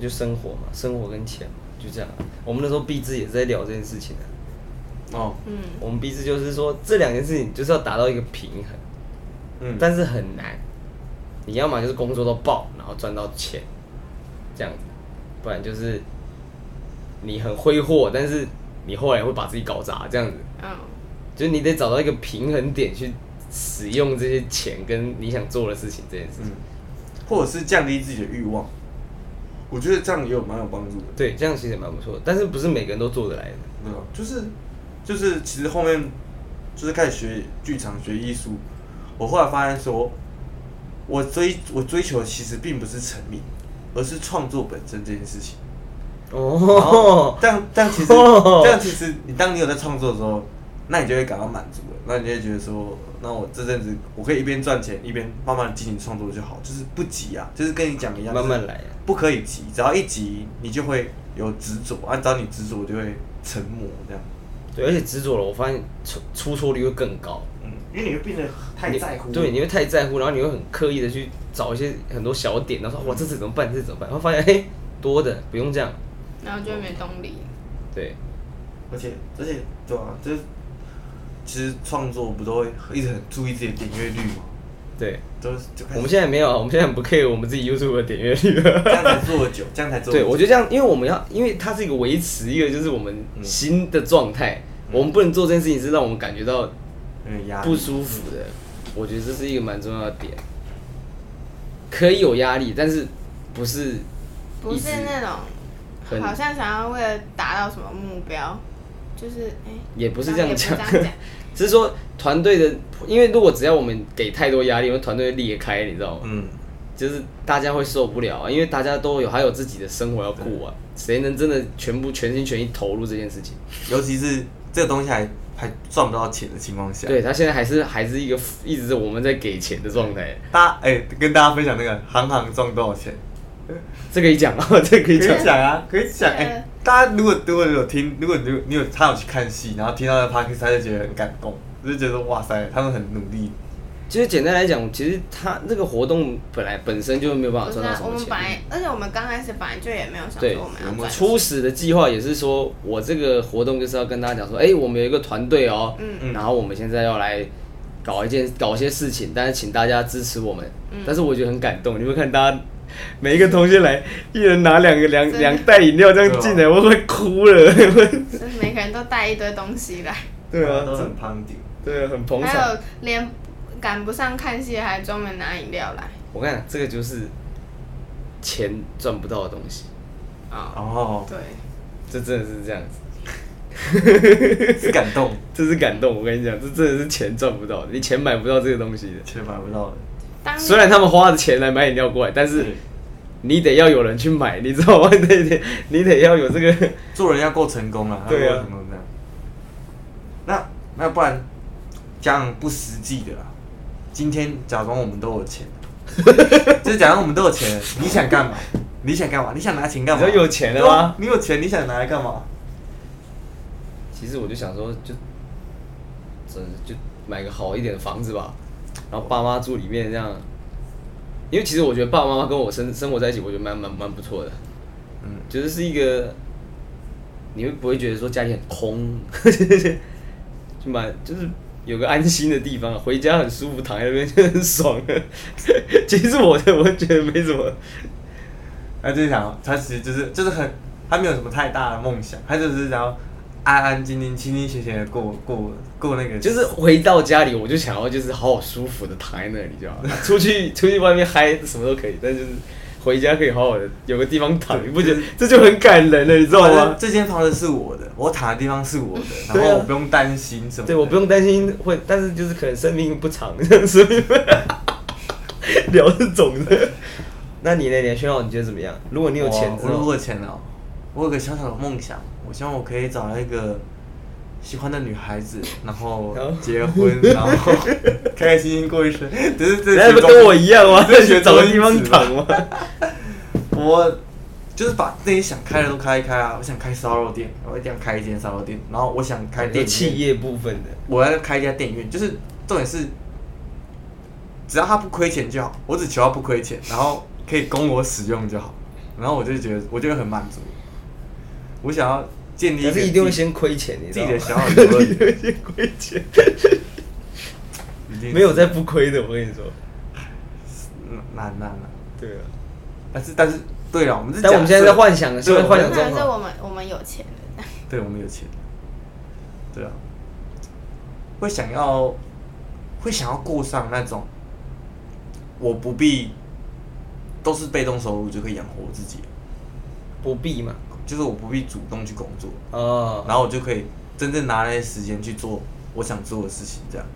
Speaker 1: 就生活嘛，生活跟钱嘛，就这样啊、我们那时候毕志也在聊这件事情啊。
Speaker 2: 哦，
Speaker 3: 嗯，
Speaker 1: 我们彼此就是说，这两件事情就是要达到一个平衡，
Speaker 2: 嗯，
Speaker 1: 但是很难。你要么就是工作到爆，然后赚到钱，这样子；不然就是你很挥霍，但是你后来会把自己搞砸，这样子。
Speaker 3: 嗯，
Speaker 1: 就是你得找到一个平衡点去使用这些
Speaker 2: 嗯
Speaker 1: 钱跟你想做的事情这件事情。
Speaker 2: 嗯，或者是降低自己的欲望，我觉得这样也有蛮有帮助的，
Speaker 1: 对，这样其实也蛮不错的，但是不是每个人都做得来的。
Speaker 2: 对吧？就是就是，其实后面就是开始学剧场、学艺术，我后来发现说，我追我追求的其实并不是成名，而是创作本身这件事情。
Speaker 1: 哦，
Speaker 2: 但但其实，
Speaker 1: 哦
Speaker 2: 但其实你当你有在创作的时候，那你就会感到满足了，那你就会觉得说，那我这阵子我可以一边赚钱一边慢慢地进行创作就好，就是不急啊，就是跟你讲 的一样，
Speaker 1: 慢慢
Speaker 2: 就是
Speaker 1: 来啊
Speaker 2: 不可以急，只要一急你就会有执着，按照你执着就会成魔这样，
Speaker 1: 对，而且执着了，我发现出出错率会更高。
Speaker 2: 嗯，因为你会变得
Speaker 1: 你对，你会太在乎，然后你会很刻意的去找一些很多小点，然后说哇这
Speaker 2: 嗯
Speaker 1: 次怎么办，这次怎么办，然后发现嘿多的不用这样，
Speaker 3: 然后就没动力。
Speaker 1: 对，
Speaker 2: 而且而且对啊，这其实创作不都会一直很注意自己的点阅率吗？
Speaker 1: 对，
Speaker 2: 都是就开始
Speaker 1: 我们现在没有啊，我们现在很不 care 我们自己 YouTube 的点阅率 了。
Speaker 2: 这样才做得久，这样才做得
Speaker 1: 对，
Speaker 2: 久。
Speaker 1: 我觉得这样，因为我们要，因为它是一个维持一个就是我们
Speaker 2: 嗯
Speaker 1: 新的状态，我们不能做这件事情是让我们感觉到
Speaker 2: 有点压力
Speaker 1: 不舒服的。我觉得这是一个蛮重要的点，可以有压力，但是不是
Speaker 3: 不是那种
Speaker 1: 很
Speaker 3: 好像想要为了达到什么目标，就是哎、
Speaker 1: 啊也不是这样
Speaker 3: 讲
Speaker 1: 讲，只是说团队的，因为如果只要我们给太多压力，我们团队会裂开，你知道吗？
Speaker 2: 嗯，
Speaker 1: 就是大家会受不了啊，因为大家都有还有自己的生活要过
Speaker 2: 嗯
Speaker 1: 啊，谁能真的全部全心全意投入这件事情？
Speaker 2: 尤其是这个东西还还赚不到钱的情况下，
Speaker 1: 对他现在还是还是一个一直是我们在给钱的状态，
Speaker 2: 大家哎、跟大家分享那个行行赚多 少钱，
Speaker 1: 这可以讲啊， 这可
Speaker 2: 可
Speaker 1: 以
Speaker 2: 以
Speaker 1: 讲。
Speaker 2: 讲啊，可以讲哎、
Speaker 3: 对
Speaker 2: 大家如果如果有听，如果你有你有他有去看戏，然后听到那 p a r k 他就觉得很感动，就觉得哇塞，他们很努力，
Speaker 1: 就是简单来讲，其实他这个活动本来本身就没有办法
Speaker 3: 不是
Speaker 1: 赚到
Speaker 3: 啊
Speaker 1: 什
Speaker 3: 我
Speaker 1: 么
Speaker 3: 们本来
Speaker 1: 钱。，
Speaker 3: 而且我们刚开始本来就也没有想
Speaker 1: 对
Speaker 3: 说我们要
Speaker 2: 我们
Speaker 3: 赚
Speaker 1: 初始的计划也是说，我这个活动就是要跟大家讲说，哎、我们有一个团队哦，
Speaker 3: 嗯
Speaker 1: 然后我们现在要来搞一件搞一些事情，但是请大家支持我们。
Speaker 3: 嗯
Speaker 1: 但是我觉得很感动，你会看大家每一个同学来，一人拿两个两
Speaker 3: 真的
Speaker 1: 两袋饮料这样进来，我会哭 了。
Speaker 3: 就是每个人都带一堆东西来，
Speaker 1: 对啊，
Speaker 2: 都很
Speaker 1: 真
Speaker 2: 胖顶，
Speaker 1: 对啊，很捧
Speaker 3: 还
Speaker 1: 场。
Speaker 3: 有连赶不上看戏还专门拿饮料来
Speaker 1: 我看这个就是钱赚不到的东西，
Speaker 3: 哦，
Speaker 2: 然后
Speaker 3: 对，
Speaker 1: 这真的是这样 子。
Speaker 2: 是感动，
Speaker 1: 这是感动，我跟你讲，这真的是钱赚不到的，你钱买不到这个东西的。
Speaker 2: 钱买不到的，
Speaker 3: 当
Speaker 1: 虽然他们花的钱来买饮料过来，但是
Speaker 2: 对
Speaker 1: 你得要有人去买，你知道吗？你 得你得要有这个，
Speaker 2: 做人要够成功啊，
Speaker 1: 对啊
Speaker 2: 要够成功这样。那那不然讲不实际的啦。今天假装我们都有 钱，就是假装我们都有钱，你想干嘛？你想干嘛？你想拿钱干嘛？
Speaker 1: 你说有钱了吗
Speaker 2: 对啊你有钱，你想拿来干嘛？
Speaker 1: 其实我就想说，就真的就买个好一点的房子吧，然后爸妈住里面这样。因为其实我觉得爸爸妈妈跟我生生活在一起，我觉得蛮蛮蛮不错的，
Speaker 2: 嗯，
Speaker 1: 觉得是一个，你会不会觉得说家里很空， 就蛮就是有个安心的地方，回家很舒服，躺在那边就很爽 了。其实我的我觉得没什么，
Speaker 2: 他就是想，他其实就是就是很，他没有什么太大的梦想，他就只是想要安安静静、清清闲闲的过过过那个，
Speaker 1: 就是回到家里我就想要就是好好舒服的躺在那里就好了， 出去出去外面嗨什么都可以，但就是回家可以好好的有个地方躺，你不觉得这就很感人了，你知 道
Speaker 2: 反
Speaker 1: 吗
Speaker 2: 正？这间房子是我的，我躺的地方是 我的，然
Speaker 1: 对啊
Speaker 2: 后我不用担心什么的。
Speaker 1: 对，我不用担心会，但是就是可能生命不长，这样所以 聊这种的。那你呢？你宣浩，你觉得怎么样？如果你有钱
Speaker 2: 我
Speaker 1: 之
Speaker 2: 我如
Speaker 1: 后
Speaker 2: 果，有钱了，我有个小小的梦想，我希望我可以找到一个喜欢的女孩 子，然后
Speaker 1: 然后
Speaker 2: 结婚，然后 开开心心过一生。只是这
Speaker 1: 那
Speaker 2: 是
Speaker 1: 不跟我一样吗？
Speaker 2: 这是
Speaker 1: 找个地
Speaker 2: 学中
Speaker 1: 方
Speaker 2: 文字吧
Speaker 1: 躺吗？
Speaker 2: 我就是把自己想开的都开一开啊！我想开烧肉店，我一定要开一间烧肉店。然后我想开
Speaker 1: 有
Speaker 2: 电影
Speaker 1: 企
Speaker 2: 院，
Speaker 1: 业部分的，
Speaker 2: 我要开一家电影院。就是重点是，只要他不亏钱就好，我只求他不亏钱，然后可以供我使用就好。然后我就觉得，我就会很满足。我想要建立一
Speaker 1: 可
Speaker 2: 个
Speaker 1: 是一定会
Speaker 2: 自己
Speaker 1: 先亏钱，你知
Speaker 2: 自
Speaker 1: 道
Speaker 2: 己
Speaker 1: 吗
Speaker 2: 的？小小游 乐
Speaker 1: 一定
Speaker 2: 园
Speaker 1: 会先亏钱，
Speaker 2: 一定
Speaker 1: 没有在不亏的。我跟你说，
Speaker 2: 嗯难难难，
Speaker 1: 对啊。
Speaker 2: 但是但是对了，我们是
Speaker 1: 但我们
Speaker 2: 假设
Speaker 1: 现在在幻想是
Speaker 2: 对
Speaker 1: 在幻想
Speaker 2: 我
Speaker 1: 中
Speaker 2: 们
Speaker 3: 那是我们我们有钱的，
Speaker 2: 对我们有钱，对啊，会想要会想要过上那种我不必都是被动收入就可以养活我自己，
Speaker 1: 不必嘛。
Speaker 2: 就是我不必主动去工作，
Speaker 1: 哦，
Speaker 2: 然后我就可以真正拿来时间去做我想做的事情，这样。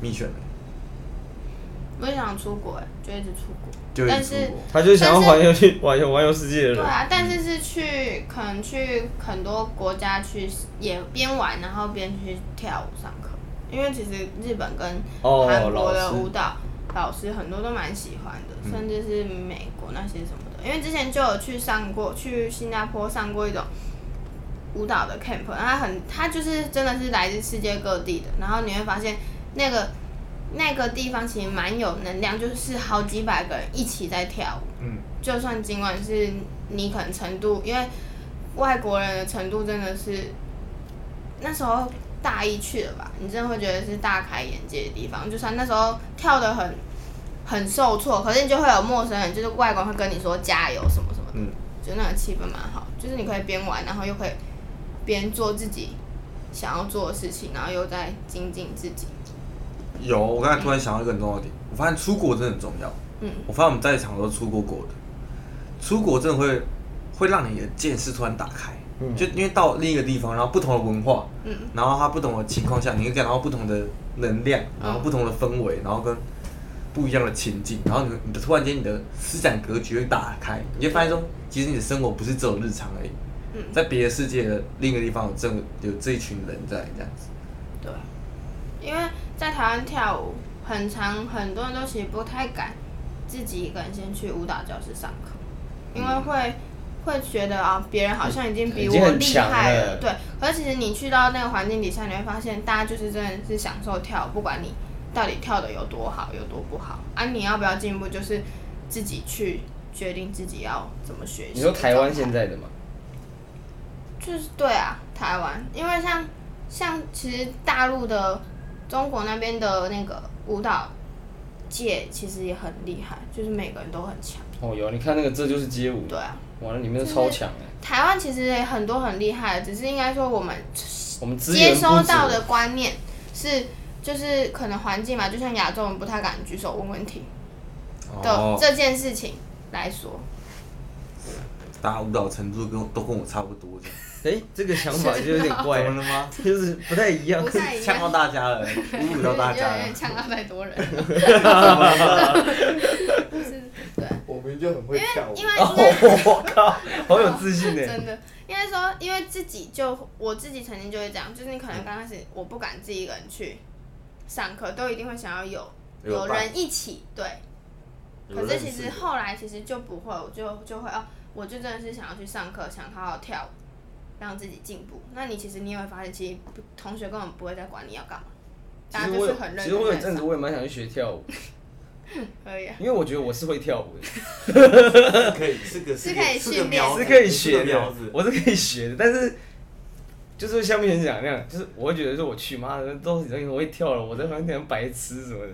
Speaker 2: 蜜选了，
Speaker 3: 我也想出国，就一直出国。
Speaker 2: 就一
Speaker 3: 但
Speaker 2: 直出
Speaker 3: 是
Speaker 2: 国。
Speaker 1: 他就是想要
Speaker 3: 但是
Speaker 1: 环游去环游环游世界的人
Speaker 3: 对。啊，但是是去可能去很多国家去也边玩，然后边去跳舞上课，因为其实日本跟
Speaker 1: 哦
Speaker 3: 韩国
Speaker 1: 老
Speaker 3: 的
Speaker 1: 师嗯
Speaker 3: 舞蹈老师很多都蛮喜欢的，甚至是美国那些什么的。因为之前就有去上过，去新加坡上过一种舞蹈的 camp，然后它很它就是真的是来自世界各地的，然后你会发现那个。那个地方其实蛮有能量，就是好几百个人一起在跳舞，
Speaker 2: 嗯，
Speaker 3: 就算尽管是你可能程度，因为外国人的程度真的是那时候大一去了吧，你真的会觉得是大开眼界的地方。就算那时候跳的很很受挫，可是你就会有陌生人，就是外国人会跟你说加油什么什么的，
Speaker 2: 嗯
Speaker 3: 就那个气氛蛮好，就是你可以边玩，然后又可以边做自己想要做的事情，然后又在精进自己。
Speaker 2: 有，我刚才突然想到一个很重要的点，我发现出国真的很重要。
Speaker 3: 嗯，
Speaker 2: 我发现我们在场都出过国的，出国真的会会让你的见识突然打开，就因为到另一个地方，然后不同的文化，
Speaker 3: 嗯，
Speaker 2: 然后它不同的情况下，你会感到不同的能量，然后不同的氛围，然后跟不一样的情境，然后你你的突然间你的思想格局会打开，你就发现说，其实你的生活不是只有日常而已，
Speaker 3: 嗯
Speaker 2: 在别的世界的另一个地方有这有这一群人在这样子，
Speaker 3: 对，因为在台湾跳舞，很长，很多人都其实不太敢自己一个人先去舞蹈教室上课，因为会会觉得啊，别人好像已经
Speaker 1: 嗯
Speaker 3: 比
Speaker 1: 已经
Speaker 3: 我
Speaker 1: 很
Speaker 3: 厉
Speaker 1: 强
Speaker 3: 害
Speaker 1: 了
Speaker 3: 了，对。可是其实你去到那个环境底下，你会发现大家就是真的是享受跳舞，不管你到底跳的有多好，有多不好啊，你要不要进步，就是自己去决定自己要怎么学习。
Speaker 1: 你说台湾
Speaker 3: 在？
Speaker 1: 现在的嘛？
Speaker 3: 就是对啊，台湾，因为像像其实大陆的中国那边的那个舞蹈界其实也很厉害，就是每个人都很强。
Speaker 1: 哦，有，你看那个这就是街舞，
Speaker 3: 对啊，
Speaker 1: 完了里面都超强哎，
Speaker 3: 台湾其实也很多很厉害的，只是应该说我们
Speaker 1: 我们资源不
Speaker 3: 接
Speaker 1: 足
Speaker 3: 收到的观念是就是可能环境嘛，就像亚洲人不太敢举手问问题的
Speaker 2: 哦，
Speaker 3: 这件事情来 说，
Speaker 2: 大家舞蹈程度跟我都跟我差不多这样。
Speaker 1: 哎、这个想法就有 点怪
Speaker 2: 怎
Speaker 1: 了，
Speaker 2: 么了吗？
Speaker 1: 就是不太一样
Speaker 3: 不。太一
Speaker 2: 呛到
Speaker 3: 样。
Speaker 2: 大家了，侮辱
Speaker 3: 就
Speaker 2: 到
Speaker 3: 是
Speaker 2: 大
Speaker 3: 有
Speaker 2: 家
Speaker 3: 点
Speaker 2: 了。
Speaker 3: 呛到太多人， 就是对。啊
Speaker 5: 我们就很会跳舞
Speaker 3: 因为
Speaker 1: 哦
Speaker 3: 因为，
Speaker 1: 我靠， 好有自信哎！
Speaker 3: 真的，应该说，因为自己就我自己曾经就会这样，就是你可能刚开始我不敢自己一个人去上课，都一定会想要有
Speaker 2: 有
Speaker 3: 有
Speaker 2: 伴
Speaker 3: 人一起对。
Speaker 5: 有
Speaker 3: 可
Speaker 5: 认
Speaker 3: 是 其
Speaker 5: 识
Speaker 3: 实
Speaker 5: 的
Speaker 3: 后来其实就不会，我就就会哦，我就真的是想要去上课，想好好跳舞，让自己进步。那你其实你也会发现，其实不同学根本不会再管你要干嘛，
Speaker 1: 其
Speaker 3: 大
Speaker 1: 实
Speaker 3: 家
Speaker 1: 我
Speaker 3: 就是
Speaker 1: 有
Speaker 3: 很，认
Speaker 1: 其实我有
Speaker 3: 真
Speaker 1: 阵
Speaker 3: 在
Speaker 1: 子
Speaker 3: 上
Speaker 1: 我也蛮想去学跳舞，
Speaker 3: 可以啊。
Speaker 1: 因为我觉得我是会跳舞的，
Speaker 5: 可以是个
Speaker 3: 是可以
Speaker 5: 个
Speaker 3: 训练的
Speaker 5: 苗子
Speaker 1: 是可以
Speaker 5: 个
Speaker 1: 学
Speaker 5: 苗
Speaker 1: 的
Speaker 5: 子，
Speaker 1: 我是可以学的，但是。就是像目前讲那样，就是我会觉得说我去妈的都已经很会跳了，我在旁边像白痴什么的，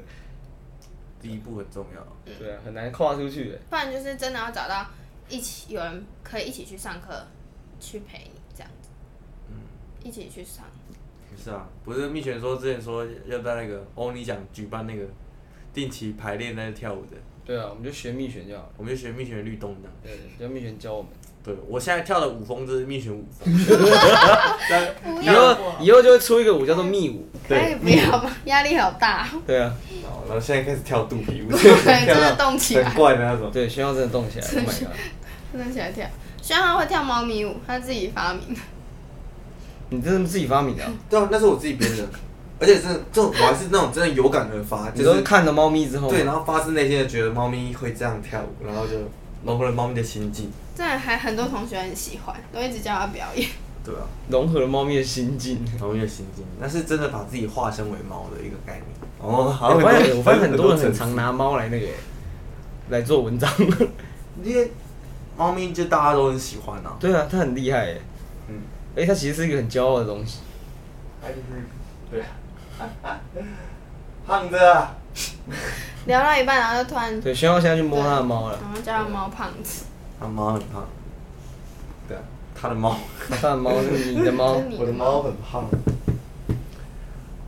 Speaker 2: 第一步很重要，
Speaker 1: 对啊，很难跨出去的。
Speaker 3: 不然就是真的要找到一起有人可以一起去上课，去陪你这样子，嗯，一起去上。
Speaker 2: 是啊，不是蜜璇说之前说要在那个欧尼奖举办那个定期排练那个跳舞的，
Speaker 1: 对啊，我们就学蜜旋就好了，
Speaker 2: 我们就学蜜璇的律动这样。
Speaker 1: 对，就蜜旋教我们。
Speaker 2: 对我现在跳的舞风就是蜜璇舞风，
Speaker 3: 不
Speaker 1: 以后以后就会出一个舞叫做蜜舞，
Speaker 3: 可以不要吗？压力好大，
Speaker 1: 对啊，
Speaker 5: 哦然后然后现在开始跳肚皮 舞，
Speaker 3: 对，真的
Speaker 5: 跳到
Speaker 3: 动起
Speaker 5: 很
Speaker 3: 来，
Speaker 5: 怪的那种。
Speaker 1: 对，炫耀真的动起来，Oh my god！
Speaker 3: 真的起来跳。虽然他会跳猫咪舞，他自己发明的。
Speaker 1: 你这是自己发明的啊、
Speaker 2: 对啊，那是我自己编的，
Speaker 5: 而且真的，这种我还是那种真的有感而发，
Speaker 1: 你
Speaker 5: 就
Speaker 1: 都是
Speaker 5: 是哦
Speaker 1: 看了猫咪之后，
Speaker 5: 对，然后发自内心的觉得猫咪会这样跳舞，然 后就
Speaker 2: 融合了猫咪的心境。
Speaker 3: 真的还很多同学很喜欢，都一直叫他表演。
Speaker 2: 对啊，
Speaker 1: 融合了猫咪的心境。
Speaker 2: 猫咪的心境，那是真的把自己化身为猫的一个概念。哎
Speaker 5: 哦，好
Speaker 1: 我
Speaker 5: 像
Speaker 1: 发
Speaker 5: 很
Speaker 1: 现
Speaker 5: 多
Speaker 1: 我发现很多人
Speaker 5: 层
Speaker 1: 很
Speaker 5: 次
Speaker 1: 常拿猫来那个欸、来做文章。
Speaker 2: 因为猫咪就大家都很喜欢啊，
Speaker 1: 对啊，它很厉害、欸，
Speaker 5: 嗯
Speaker 1: 哎、它其实是一个很骄傲的东西。
Speaker 5: 他就是对，胖子啊，
Speaker 3: 聊到一半，然后就突然，
Speaker 1: 对，炫耀现在去摸它的猫了，
Speaker 3: 然后叫他猫胖子，
Speaker 2: 它猫很胖，
Speaker 5: 对啊，
Speaker 2: 它的猫。
Speaker 3: 嗯
Speaker 1: 它的猫是你的猫
Speaker 3: 是，你
Speaker 5: 我的猫很胖，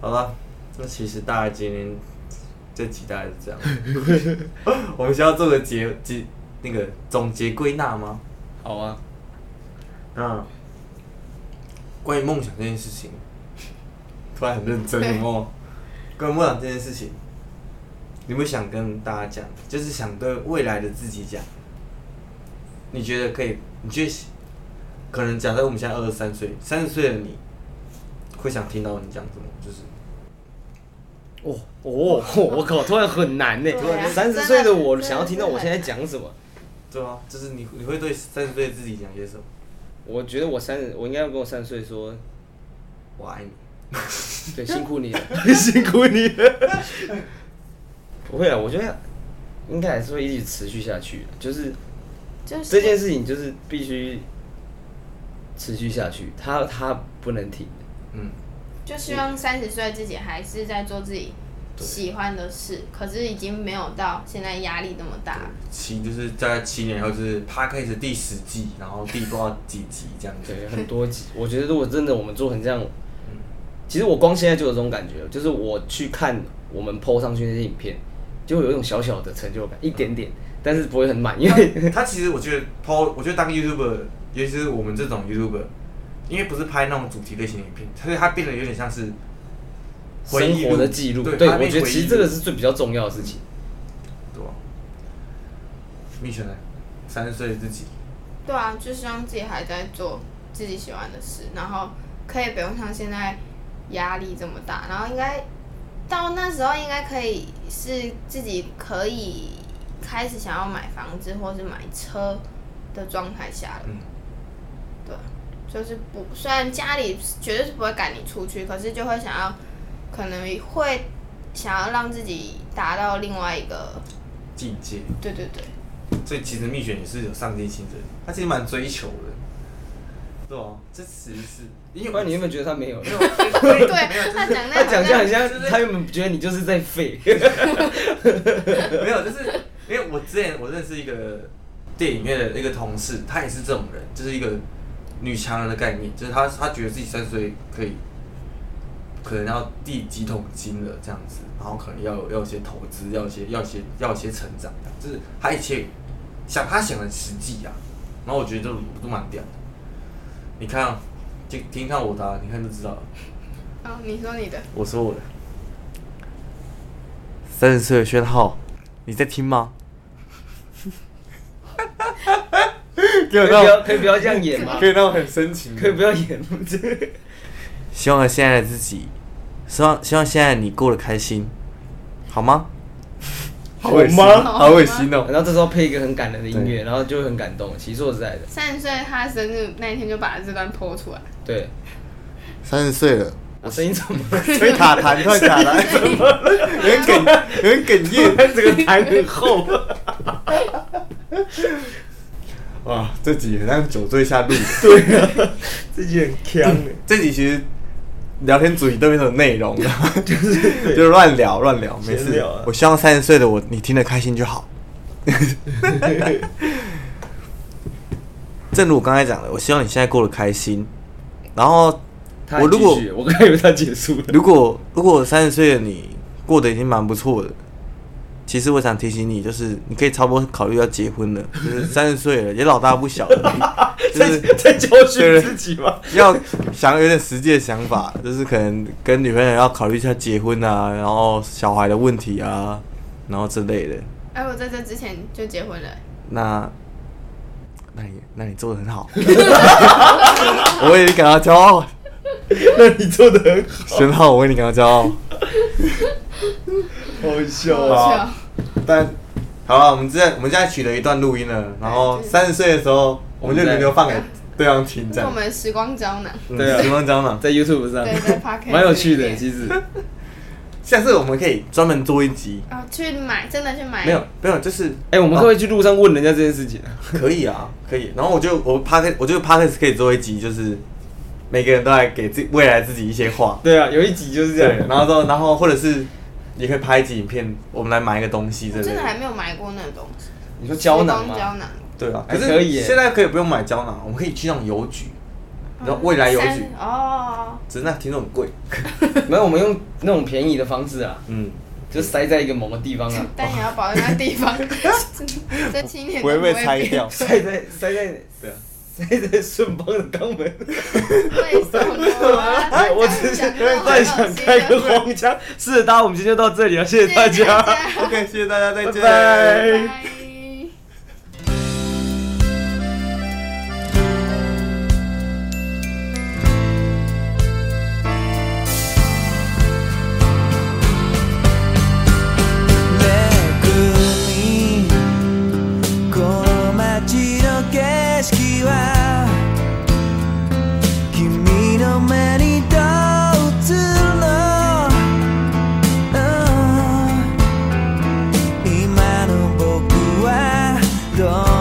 Speaker 2: 好了，那其实大概今天这集大概是这 样。我们需要做个结结那个总结归纳吗？
Speaker 1: 好啊，
Speaker 9: 那
Speaker 2: 关于梦想这件事情， 突然很认真哦。关于梦想这件事情，你有没有想跟大家讲？就是想对未来的自己讲，你觉得可以？你觉得可能假设我们现在二十三岁，三十岁的你，会想听到你讲什么？就是
Speaker 1: 哦哦，我靠，突然很难呢
Speaker 3: 对啊。
Speaker 1: 三十岁的我
Speaker 3: 真的
Speaker 1: 想要听到
Speaker 3: 真的
Speaker 1: 我现在讲什么？
Speaker 2: 对啊，就是你你会对三十岁的自己讲些什么？
Speaker 1: 我觉得我三十，我应该要跟我三十岁说，
Speaker 2: 我爱你。
Speaker 1: 对，辛苦 你了，辛苦你了。不会啊，我觉得应该还是会一直持续下去的，就是
Speaker 3: 就是
Speaker 1: 这件事情就是必须持续下去，它它不能停。
Speaker 2: 嗯，
Speaker 3: 就希望三十岁自己还是在做自己喜欢的事，可是已经没有到现在压力那么大。
Speaker 2: 七就是在七年后就是他开始第十季，然后第不知道几集这样子。
Speaker 1: 对，很多集。我觉得如果真的我们做成这样，
Speaker 2: 嗯
Speaker 1: 其实我光现在就有这种感觉，就是我去看我们 PO 上去那些影片，就会有一种小小的成就感，一点点，
Speaker 2: 嗯
Speaker 1: 但是不会很满，因为
Speaker 2: 他其实我觉得抛，我觉得当 YouTuber，尤其是我们这种 YouTuber，因为不是拍那种主题类型的影片，所以它变得有点像是回
Speaker 1: 生
Speaker 2: 忆录
Speaker 1: 活的记录。
Speaker 2: 对
Speaker 1: 对，
Speaker 2: 它
Speaker 1: 我
Speaker 2: 变
Speaker 1: 觉得
Speaker 2: 回忆
Speaker 1: 其实这个
Speaker 2: 录
Speaker 1: 是最比较重要的事情。
Speaker 2: 对吧、蜜雪呢？三十岁的自己，
Speaker 3: 对啊，就希望自己还在做自己喜欢的事，然后可以不用像现在压力这么大，然后应该到那时候应该可以是自己可以开始想要买房子或是买车的状态下了。
Speaker 2: 嗯
Speaker 3: 对，啊就是不虽然家里绝对是不会赶你出去，可是就会想要可能会想要让自己达到另外一个，
Speaker 2: 境界。
Speaker 3: 对对 对，
Speaker 2: 所以其实蜜雪也是有上进心的，他其实蛮追求的，对吧、这其实是嗯因为
Speaker 1: 不然你有没有觉得他没有？
Speaker 3: 对他讲
Speaker 1: 他
Speaker 3: 那
Speaker 1: 讲
Speaker 3: 好
Speaker 1: 就
Speaker 3: 像
Speaker 1: 很 像，他原本觉得你就是在废。
Speaker 2: 没有，就是因为我之前我认识一个电影院的一个同事，她也是这种人，就是一个女强人的概念，就是她她觉得自己三十岁可以，可能要第几桶金了这样子，然后可能要有要有些投资，要有些要有些要有些成长，就是她一切想她想的实际啊，然后我觉得都都蛮屌的，你看，啊就听看我的啊、你看就知道了。
Speaker 3: 哦，你说你的。
Speaker 2: 我说我的。三十岁的宣浩，你在 听吗？
Speaker 1: 可以
Speaker 2: 给我
Speaker 1: 不
Speaker 2: 那
Speaker 1: 要，
Speaker 2: 种
Speaker 1: 可以不要这样演 吗
Speaker 2: 可？以让我很深情。
Speaker 1: 可以不要演吗？
Speaker 2: 希望现在的自己，希望希望现在你过得开心，好吗？好恶心，好恶心哦！
Speaker 1: 然后这时候配一个很感人的音乐，然后就会很感动。其实说实在的，
Speaker 3: 三十岁他生日那一天就把这段剖出来，
Speaker 1: 对，
Speaker 10: 三十岁了，
Speaker 1: 我声音怎么 了？
Speaker 10: 所以卡痰，突然卡 痰，
Speaker 2: 哎有点哽，有点哽咽。
Speaker 1: 这个痰很厚。
Speaker 2: 哇，这集很像酒醉下录。
Speaker 1: 啊自己很强哎。
Speaker 2: 这集其实聊天主题都没什么内容， 就是就是乱聊乱聊，没
Speaker 1: 闲
Speaker 2: 事
Speaker 1: 聊啊。
Speaker 2: 我希望三十岁的我，你听得开心 就好。正如我刚才讲的，我希望你现在过得开心。然后，
Speaker 1: 他
Speaker 2: 我如果
Speaker 1: 继续我刚以为他结束了，
Speaker 2: 如果如果三十岁的你过得已经蛮不错的，其实我想提醒你，就是你可以差不多考虑要结婚了， 就是三十岁了，也老大不小了，就是
Speaker 1: 在教训自己吗？
Speaker 2: 要想有点实际的想法，就是可能跟女朋友要考虑一下结婚啊，然后小孩的问题啊，然后之类的。
Speaker 3: 哎，我在这之前就结婚了，
Speaker 2: 那，那你那你做的很好， 我为你感到骄傲，
Speaker 1: 那你做的很好
Speaker 2: 沈浩，我为你感到骄傲。
Speaker 1: 笑
Speaker 3: 好笑，啊
Speaker 2: 但好了，我们现在我们现在取了一段录音了，然后
Speaker 3: 哎
Speaker 2: 三十岁的时候，我们就轮流放给对方听，
Speaker 3: 这
Speaker 2: 这
Speaker 3: 嗯是我
Speaker 2: 样。嗯
Speaker 3: 们的时光胶囊，
Speaker 1: 对啊
Speaker 2: 时光胶囊。
Speaker 1: 在 YouTube 上
Speaker 3: 对， 在 Podcast
Speaker 1: 蛮有趣
Speaker 3: 里
Speaker 1: 的，
Speaker 3: 面
Speaker 1: 其实。
Speaker 2: 下次我们可以专门做一集，
Speaker 3: 啊，去买，真的去买，
Speaker 2: 没有没有，就是
Speaker 1: 哎，我们会不会去路上问人家这件事情啊？
Speaker 2: 可以啊，
Speaker 3: 嗯
Speaker 2: 可以。然后我就我 p o d c a s 我觉得 p o d c a s 可以做一集，就是每个人都来给自己未来自己一些话。
Speaker 1: 对啊，有一集就是这
Speaker 2: 对，
Speaker 1: 样。
Speaker 2: 然后之后，然后或者是也可以拍一集影片，我们来买一个东西之
Speaker 3: 我
Speaker 2: 类
Speaker 3: 真的还
Speaker 2: 的。
Speaker 3: 没有买过那种东西，
Speaker 1: 你说胶囊吗
Speaker 3: 时光？胶囊，
Speaker 2: 对啊，
Speaker 1: 还
Speaker 2: 是
Speaker 1: 可以耶
Speaker 2: 现在可以不用买胶囊，我们可以去那种邮局，然后未来邮
Speaker 3: 嗯三
Speaker 2: 局，
Speaker 3: 哦，
Speaker 2: 只是那听说很贵。
Speaker 1: 没有，我们用那种便宜的方式啊，
Speaker 2: 嗯，
Speaker 1: 就塞在一个某个地方 啊，
Speaker 3: 但也要保证那地方，这青年
Speaker 11: 不会被拆 掉，
Speaker 1: 塞在塞在
Speaker 2: 对啊，
Speaker 1: 塞在顺邦的肛门。
Speaker 3: 为什么啊？
Speaker 1: 我只是
Speaker 3: 这样讲
Speaker 1: 在想开个黄腔。是的，大家，我们今天就到这里了，谢谢大
Speaker 3: 谢谢
Speaker 1: 家，
Speaker 3: 大家
Speaker 2: OK，谢谢大家，再
Speaker 1: 拜
Speaker 2: 见。
Speaker 1: 拜。
Speaker 3: 拜。
Speaker 5: めくりこの街の景色は君の目にどう映るのうん今の僕はどう